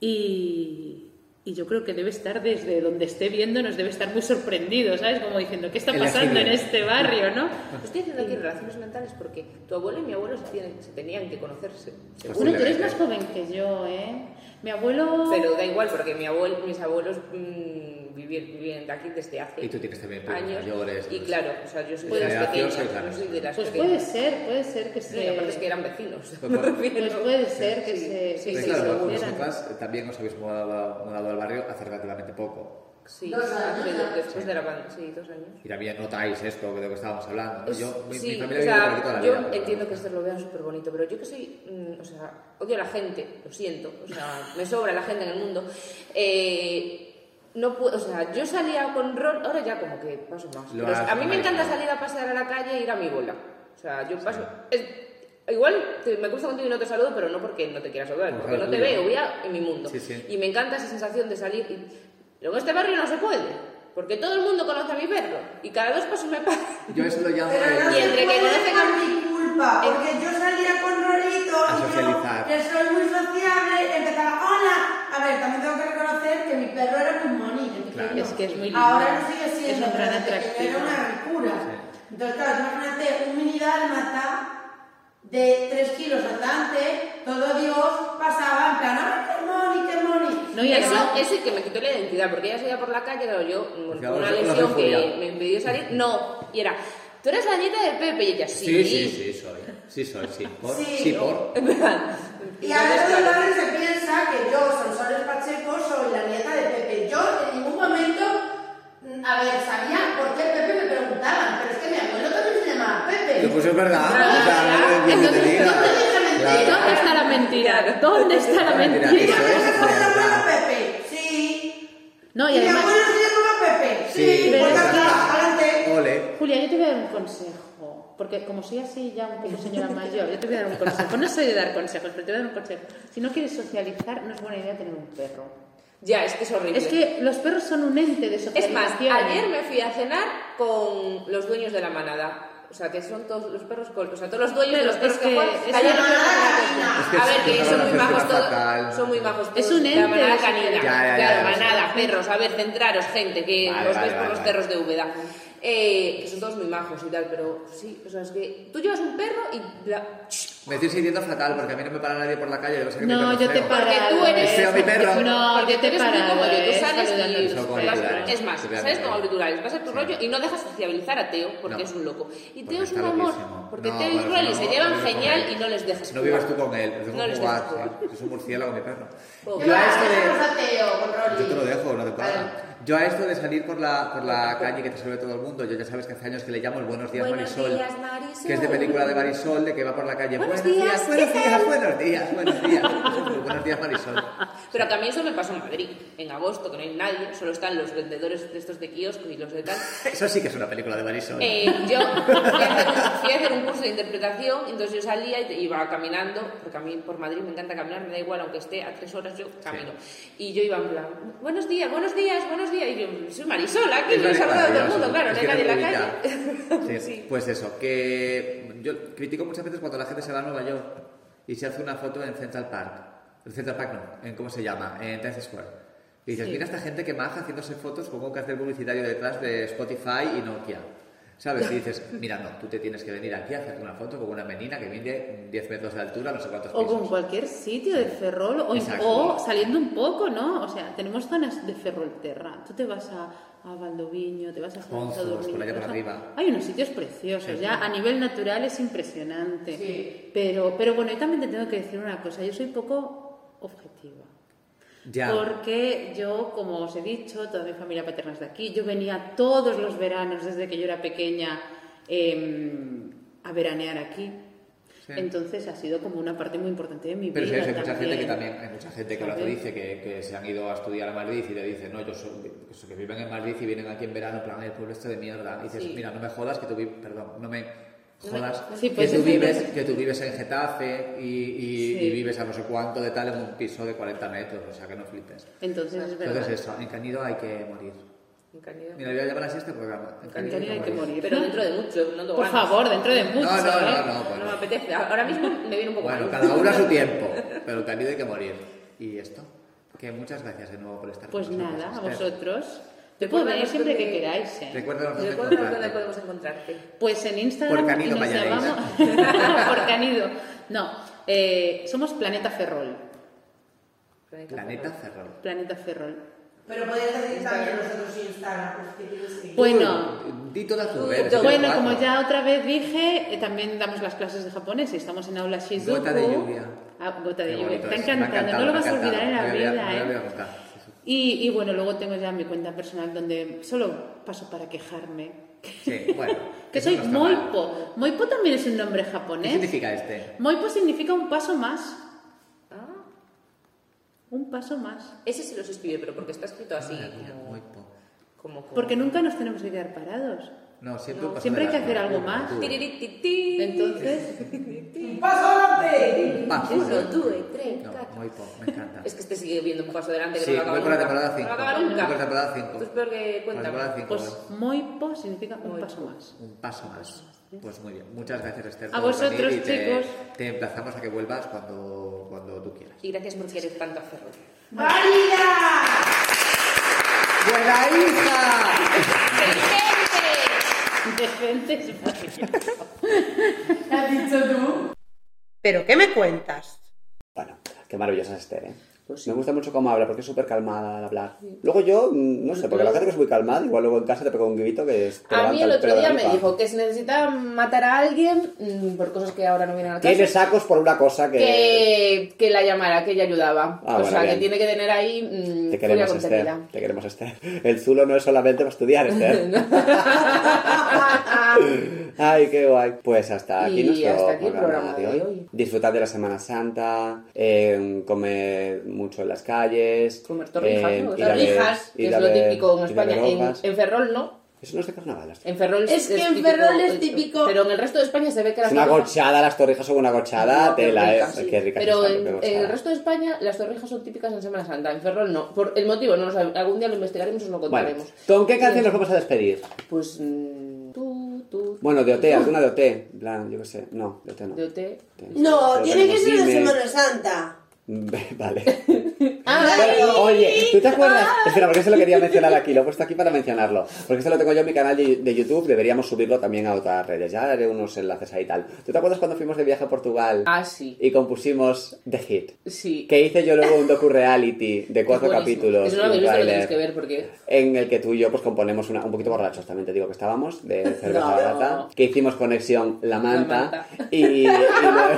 S10: Y, y yo creo que debe estar desde donde esté viendo, nos debe estar muy sorprendido, ¿sabes? Como diciendo, ¿qué está
S8: El
S10: pasando en
S8: ejido.
S10: este barrio, no?
S7: Estoy haciendo aquí relaciones mentales porque tu abuelo y mi abuelo se, tienen- se tenían que conocerse. seguro.
S10: Bueno, tú eres más joven que yo, ¿eh? Mi abuelo...
S7: Pero da igual porque mi abuelo, mis abuelos mm,
S2: vivir, viviendo aquí desde hace
S8: Y tú tienes también primos
S2: años.
S8: mayores,
S2: y
S8: entonces-
S2: claro, o sea, yo soy de
S8: Pues
S2: las
S8: generación,
S2: pequeñas.
S8: sí, claro.
S2: Yo soy de las
S10: Pues
S2: pequeñas.
S10: puede ser, puede ser que
S2: Sí, aparte es
S10: se...
S2: que eran vecinos.
S8: Pues
S2: me
S8: bueno.
S2: refiero.
S10: Pues puede ser que
S2: Sí,
S10: se...
S2: sí,
S10: que
S8: Pero
S10: se
S8: claro, vos-
S10: hicieran.
S8: vosotras eh, también os habéis mudado, mudado al barrio hace relativamente poco.
S2: Sí, hace- después de la pandemia, sí, dos años.
S8: Y también notáis esto de lo que estábamos hablando. ¿no?
S2: Es-
S8: Yo, mi,
S2: sí,
S8: mi familia
S2: o
S8: vive
S2: sea,
S8: por aquí toda la
S2: yo
S8: vida, pero-
S2: entiendo que esto lo vean súper bonito, pero yo que soy, mm, o sea, odio a la gente, lo siento, o sea, me sobra la gente en el mundo. Eh, no puedo, o sea, yo salía con rol, ahora ya como que paso más.
S8: Lo
S2: pero
S8: has
S2: a mí me encanta
S8: normalizado.
S2: salir a pasear a la calle e ir a mi bola. O sea, yo paso. es- igual te- me gusta contigo y no te saludo, pero no porque no te quieras saludar,
S8: Por
S2: porque no te
S8: orgullo.
S2: veo, voy a, en mi mundo.
S8: Sí, sí.
S2: Y me encanta esa sensación de salir. y- pero en este barrio no se puede. Porque todo el mundo conoce a mi perro y cada dos pasos me para.
S8: Yo eso lo llamo
S3: Pero no
S8: el-
S2: Y entre
S3: se
S2: que
S3: puede
S2: conocen
S3: por
S2: a-
S3: mi culpa,
S2: Eh.
S3: porque yo salía con Rolito y
S8: A
S3: yo,
S8: socializar.
S3: que soy muy sociable, empezaba, hola. A ver, también tengo que reconocer que mi perro era un monillo. mi
S8: Claro.
S3: pequeño.
S10: Es que es muy
S3: Ahora
S10: lindo.
S3: no sigue siendo,
S10: Es un gran
S3: pero de pequeño
S10: atractivo.
S3: era una ricura. Entonces, claro, imagínate un mini dálmata de 3 kilos andante, todo Dios pasaba en plan, ¡ay, qué moni, qué moni!
S10: No, y
S2: eso
S10: además-
S2: es el que me quitó la identidad, porque ella salía por la calle, claro, yo, bueno,
S8: Claro,
S2: una
S8: eso es una
S2: lesión que
S8: refugia.
S2: me impidió salir, no, y era, tú eres la nieta de Pepe, y ella, sí,
S8: Sí, sí, sí, soy. Sí, soy, sí. ¿Por?
S3: Sí.
S8: Sí, por.
S2: En plan,
S3: Y
S2: entonces,
S3: ahora todo el
S2: claro,
S3: barrio se piensa que yo, Sonsoles Pacheco, soy la nieta de Pepe. Yo en ningún momento, mm, a ver, sabía por qué Pepe me preguntaban, pero es que mi abuelo también se llamaba Pepe.
S8: Pues es verdad.
S2: Claro,
S8: o sea,
S2: claro.
S8: bien que te
S10: Entonces,
S8: diga.
S3: no te digo la mentira.
S10: ¿Dónde está la mentira? ¿Dónde está la
S8: Mentira,
S10: mentira?
S8: eso
S3: ¿Sabes
S8: es
S3: que soy el abuelo
S8: verdad.
S3: Pepe? Sí.
S10: No,
S3: ¿Y
S10: y
S3: mi
S10: además...
S3: abuelo se llamaba Pepe? Sí.
S8: Sí,
S3: Pues
S8: pero-
S3: acá, adelante.
S8: Ole.
S10: Julia, yo te voy a dar un consejo, porque como soy así ya un poco señora mayor, yo te voy a dar un consejo. No soy de dar consejos, pero te voy a dar un consejo. Si no quieres socializar, no es buena idea tener un perro.
S2: ya, es que es horrible.
S10: Es que los perros son un ente de
S2: Es
S10: socialización.
S2: más, ayer me fui a cenar con los dueños de la manada. O sea, que son todos los perros, col- o sea, todos los dueños de
S10: Pero
S2: los perros
S10: es
S2: que,
S10: que
S2: juegan.
S10: es
S2: ayer
S3: una
S2: los perros
S3: manada
S2: juegan con-
S3: canina.
S8: Es que
S2: a ver,
S8: es
S2: que
S8: una
S2: son muy
S8: relación
S2: majos
S8: fatal.
S2: todos. Son muy majos
S10: Es
S2: todos.
S10: un
S2: La
S10: ente,
S2: manada
S10: es un
S2: canina.
S10: ente.
S8: Ya, ya,
S2: claro,
S8: ya, ya, ya.
S2: manada, perros. A ver, centraros, gente, que
S8: Vale,
S2: los
S8: vale,
S2: ves por
S8: vale,
S2: los
S8: vale.
S2: perros de Úbeda. Eh, que son todos muy majos y tal, pero sí, o sea, es que tú llevas un perro y. la-
S8: Me estoy sintiendo fatal porque a mí no me para nadie por la calle. Yo sé que mi
S10: No,
S8: perro
S10: yo
S8: es
S10: te
S8: feo.
S10: paro.
S2: tú eres-
S8: Feo mi perro.
S10: No,
S2: Porque
S10: yo te
S2: tú eres muy
S10: paro.
S2: cómodo, tú
S10: eh,
S2: sales
S10: saludando a
S2: y
S10: los
S8: Eso con
S10: perros.
S8: auriculares.
S2: Es más,
S8: Te voy a
S2: sales
S8: mirar.
S2: con auriculares, vas a tu
S8: Sí.
S2: rollo y no dejas sociabilizar a Teo porque
S8: No,
S2: es un loco. Y
S8: porque
S2: Teo es un
S8: está
S2: amor,
S8: loquísimo.
S2: porque
S8: No,
S2: Teo y
S8: bueno,
S2: Rolly
S8: no,
S2: se
S8: no
S2: llevan
S8: vives con
S2: genial
S8: él.
S2: y no les dejas.
S8: No
S2: jugar.
S8: vives tú con él, no
S2: No les dejas jugar.
S8: ¿eh? Es un murciélago mi perro.
S2: Pobre.
S8: Yo a esto de-
S3: Vamos a Teo, con Rolly.
S8: Yo te lo dejo, no te
S3: Vale.
S8: pasa. Yo a esto de salir por la, por la calle que te saluda todo el mundo, yo ya sabes que hace años que le llamo el Buenos días,
S2: Buenos
S8: Marisol,
S2: días, Marisol.
S8: Que es de película de Marisol, de que va por la calle.
S2: Buenos
S8: Buenos,
S2: días,
S8: días, buenos
S2: ¿qué
S8: días, buenos días, buenos días. buenos días, Marisol.
S2: Pero que a mí eso me pasó en Madrid, en agosto, que no hay nadie, solo están los vendedores de estos de kiosco y los de tal.
S8: Eso sí que es una película de Marisol.
S2: Eh, yo fui a, hacer un, fui a hacer un curso de interpretación, entonces yo salía y te- iba caminando, porque a mí por Madrid me encanta caminar, me da igual, aunque esté a tres horas, yo camino. Y yo iba en plan, buenos días, buenos días, buenos días. Y yo, soy Marisol, aquí
S8: Es
S2: me he saludado a todo el
S8: maravilloso.
S2: mundo, claro,
S8: Es
S2: no hay
S8: que
S2: nadie en la
S8: te
S2: calle.
S8: ubica. Sí, Pues eso, que yo critico muchas veces cuando la gente se va a Nueva York y se hace una foto en Central Park. En Central Park no, en cómo se llama, en Times Square. Y dices, mira esta gente que maja haciéndose fotos con un cartel publicitario detrás de Spotify y Nokia. ¿Sabes? Y dices, mira, no, tú te tienes que venir aquí a hacerte una foto con una menina que mide 10 metros de altura, no sé cuántos
S10: O con
S8: pisos.
S10: cualquier sitio de Ferrol, o,
S8: Exacto.
S10: o saliendo un poco, ¿no? O sea, tenemos zonas de Ferrolterra. Tú te vas a, a Valdoviño, te vas a San
S8: Ponzos,
S10: Sadurní,
S8: por allá
S10: te
S8: por
S10: vas a-
S8: arriba.
S10: Hay unos sitios preciosos, ya a nivel natural es impresionante. Pero, pero bueno, yo también te tengo que decir una cosa, yo soy poco objetiva.
S8: Ya.
S10: Porque yo, como os he dicho, toda mi familia paterna es de aquí. Yo venía todos los veranos desde que yo era pequeña em, a veranear aquí.
S8: Sí.
S10: Entonces ha sido como una parte muy importante de mi
S8: Pero sí,
S10: vida.
S8: hay mucha
S10: también.
S8: gente que también, hay mucha gente que ahora te
S10: ¿Sabes?
S8: dice que, que se han ido a estudiar a Madrid y te dicen, no, yo soy, eso, que viven en Madrid y vienen aquí en verano, en plan, el pueblo este de mierda. Y dices, mira, no me jodas que tú vives, perdón, no me jodas
S10: Sí,
S8: que,
S10: pues
S8: tú
S10: es verdad.
S8: vives, que tú vives en Getafe y, y-
S10: Sí.
S8: y vives a no sé cuánto de tal en un piso de 40 metros, o sea que no flipes.
S10: Entonces es verdad.
S8: Entonces eso, en Canido hay que morir. Mira, voy a llamar así a este programa. En
S10: En
S8: Canido
S10: Canido hay que morir.
S2: Pero dentro de mucho, no tengo
S10: Por
S2: ganas.
S10: favor, dentro de mucho.
S8: No, no,
S10: ¿eh?
S8: no, no,
S2: No
S8: bueno.
S2: me apetece, ahora mismo me viene un poco
S8: Bueno,
S2: mal.
S8: cada uno a su tiempo, pero en Canido hay que morir. Y esto, que muchas gracias de nuevo por estar
S10: Pues
S8: con nosotros,
S10: nada, a
S8: Esther.
S10: vosotros. Te
S2: Recuerda
S10: podéis
S2: nuestro
S10: siempre
S2: de-
S10: que queráis. ¿eh?
S8: Recuérdanos dónde
S2: Recuerda dónde
S8: encontrarte.
S2: podemos encontrarte.
S10: Pues en Instagram
S8: Por Canido
S10: y nos
S8: Valladolid.
S10: llamamos por Canido. No, eh, somos Planeta Ferrol.
S8: Planeta Ferrol.
S10: Planeta Ferrol.
S3: Pero podéis decir también nosotros Instagram, pues que tienes que ir.
S10: Bueno.
S8: Di todas tus redes. que
S10: Bueno,
S8: te
S10: como
S8: guardo.
S10: ya otra vez dije, eh, también damos las clases de japonés y estamos en aula Shizuku.
S8: Gota de lluvia.
S10: Ah, gota de
S8: Qué
S10: lluvia.
S8: bonito
S10: Está
S8: es, me ha
S10: encantando, no
S8: encantado,
S10: lo
S8: me ha
S10: vas a olvidar en la
S8: encantado. Me
S10: vida,
S8: voy a- me
S10: ¿eh?
S8: voy a buscar, sí, sí.
S10: Y, y bueno, luego tengo ya mi cuenta personal donde solo paso para quejarme.
S8: Sí, bueno.
S10: Que
S8: eso
S10: soy ¿eh?
S8: no está mal.
S10: Moipo. Moipo también es un nombre
S8: ¿Qué
S10: japonés.
S8: significa este?
S10: Moipo significa un paso más. Ah, Un paso más.
S7: Ese se los escribe, pero porque está escrito así. como,
S8: Moipo.
S7: como, como-
S10: Porque nunca nos tenemos que quedar parados.
S8: No, siempre,
S10: No,
S8: pasa
S10: siempre hay que hacer
S8: adelante.
S10: algo más.
S8: Tú.
S7: Tirirititi.
S10: Entonces,
S3: ¡Un paso adelante!
S8: Paso
S7: Uno,
S8: adelante.
S2: eh,
S7: dos, tres,
S8: Ah, No,
S7: cuatro.
S8: Moipo, me encanta.
S7: Es que este sigue viendo un paso adelante que
S8: Sí,
S7: no lo acaba
S8: voy por la
S7: nunca.
S8: temporada cinco.
S7: No lo acaba
S8: Voy
S7: nunca.
S8: por la temporada cinco.
S7: Esto es Pues peor que
S8: Por la temporada
S7: cuenta.
S8: cinco,
S10: pues Moipo significa un paso más.
S8: Un paso más. Pues muy bien. Muchas gracias, Esther.
S10: A
S8: por
S10: vosotros,
S8: venir y te,
S10: chicos.
S8: Te emplazamos a que vuelvas cuando, cuando tú quieras.
S7: Y gracias por querer tanto hacerlo.
S3: ¡Válida!
S1: ¡Buena hija!
S10: Decentes, vaya.
S3: ¿Has dicho tú? ¿Pero qué me cuentas?
S1: Bueno, qué maravillosa es Esther, ¿eh?
S2: Pues
S1: Me gusta mucho cómo habla, porque es súper calmada al hablar. Luego yo, mm, no sé, porque la gente que es muy calmada, igual luego en casa te pega un grito que es... te
S2: A mí
S1: levanta
S2: el otro
S1: pelo de
S2: día
S1: la
S2: me
S1: nuca.
S2: dijo que si necesitaba matar a alguien, mm, por cosas que ahora no vienen al caso,
S1: Tiene sacos por una cosa que...
S2: que, que la llamara, que ella ayudaba.
S1: Ah,
S2: o
S1: bueno,
S2: sea,
S1: bien.
S2: que tiene que tener ahí mm,
S1: Te
S2: furia
S1: queremos, Esther.
S2: contenida.
S1: Te queremos, Esther. El zulo no es solamente para estudiar, Esther. Ay, qué guay. Pues hasta aquí
S2: Y
S1: nuestro
S2: hasta aquí el programa de hoy.
S1: Disfrutad de la Semana Santa, eh, comed mucho en las calles.
S2: Comer torrijas,
S1: eh,
S2: ¿no?
S1: ir a ver-
S2: Torrijas, que
S1: ir
S2: es
S1: a
S2: lo
S1: ver-
S2: típico en
S1: ir a ver
S2: España. En,
S1: hojas.
S2: en Ferrol no.
S1: Eso no es de carnaval. las-
S2: En Ferrol
S3: Es que en Ferrol es típico.
S2: Pero en el resto de España se ve que
S1: Es
S2: las
S1: una
S2: torrijas-
S1: gochada, las torrijas son una gochada,
S2: No, pero
S1: tela,
S2: ricas,
S1: es
S2: sí.
S1: qué ricas
S2: Pero
S1: están,
S2: en,
S1: qué
S2: en
S1: gochada.
S2: el resto de España las torrijas son típicas en Semana Santa. En Ferrol no. Por el motivo no lo sabemos. Algún día lo investigaremos y os lo
S1: Bueno,
S2: contaremos.
S1: ¿con qué canción nos vamos a despedir?
S2: Pues mm, tú, tú,
S1: Bueno, de OT, alguna de OT. En plan, yo qué sé. No, de OT no.
S2: de OT.
S1: Pero
S3: No, tiene que
S1: tenemos
S3: ser de
S1: Dime.
S3: Semana Santa.
S1: Vale.
S10: Ah,
S3: ¡Ay!
S1: Bueno, oye, ¿tú te acuerdas?
S2: Ah.
S1: Espera, porque se lo quería mencionar aquí, lo he puesto aquí para mencionarlo. Porque esto lo tengo yo en mi canal de de YouTube, deberíamos subirlo también a otras redes. Ya haré unos enlaces ahí y tal. ¿Tú te acuerdas cuando fuimos de viaje a Portugal
S2: Ah, sí.
S1: y compusimos The Hit?
S2: Sí.
S1: Que hice yo luego un docu-reality de cuatro
S2: Buenísimo.
S1: capítulos.
S2: Eso
S1: y
S2: no lo
S1: un
S2: habéis visto, lo tenéis
S1: tráiler,
S2: que ver porque...
S1: En el que tú y yo pues componemos una, un poquito borrachos, también te digo que estábamos, de cerveza
S2: No.
S1: barata, que hicimos conexión La Manta,
S2: Manta.
S1: Y, y luego,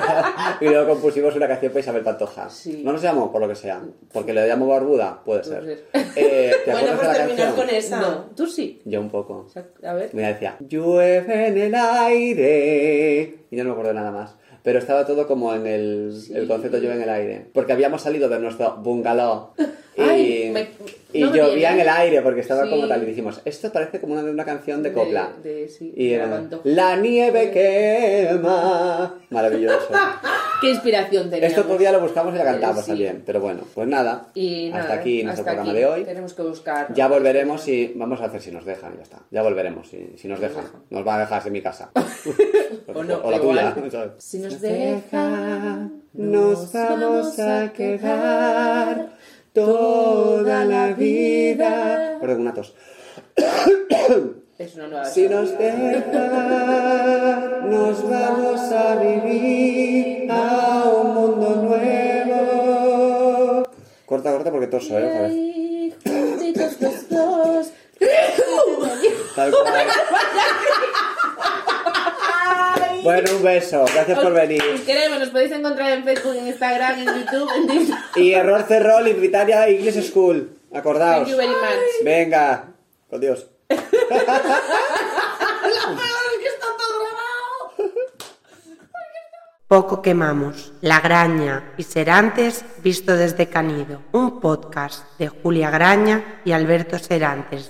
S1: y luego compusimos una canción para Isabel Pantoja.
S2: Sí.
S1: No nos llamó por lo que sea, porque le llamo barbuda, puede
S2: Puede
S1: ser.
S2: ser.
S1: Eh, ¿Te
S3: Bueno,
S1: acuerdas
S3: pues
S1: de la
S3: terminar
S1: canción?
S3: con esa.
S2: No, tú sí.
S1: Yo un poco.
S2: O sea, a ver.
S1: Mira, decía, llueve en el aire. Y yo no me acuerdo nada más. Pero estaba todo como en el, el concepto llueve en el aire. Porque habíamos salido de nuestro bungalow. Y,
S2: Ay, me-
S1: y
S2: no me
S1: llovía
S2: viene.
S1: en el aire porque estaba
S2: Sí.
S1: como tal. Y dijimos, esto parece como una, una canción de copla.
S2: De, de- sí,
S1: y
S2: de
S1: era,
S2: la Pantoja.
S1: la nieve quema. Maravilloso.
S2: Qué inspiración teníamos.
S1: Esto otro día lo buscamos y la cantamos
S2: Sí.
S1: también. Pero bueno, pues nada.
S2: Y nada,
S1: hasta aquí nuestro
S2: hasta
S1: programa
S2: aquí.
S1: de hoy.
S2: Tenemos que buscar...
S1: Ya volveremos y vamos a hacer si nos dejan, ya está. Ya volveremos si, si nos dejan. Nos van a dejar en mi casa.
S2: O no,
S1: la
S2: igual.
S1: tuya. ¿sabes?
S2: Si nos dejan,
S1: Nos vamos a quedar toda la vida. Perdón, una tos.
S2: Es una nueva
S1: Si nos dejan, nos vamos a vivir a un mundo nuevo. Corta, corta porque torso, eh, otra vez.
S2: Ay, juntitos los dos.
S1: Tal cual. Bueno, un beso. Gracias por venir.
S2: Os queremos, nos podéis encontrar en Facebook, en Instagram, en YouTube, en TikTok.
S1: Y error cerrol, Invitalia English School.
S2: Thank
S1: Acordaos.
S2: you very much.
S1: Venga. Con Dios.
S3: Poco quemamos, La Graña y Serantes visto desde Canido, un podcast de Julia Graña y Alberto Serantes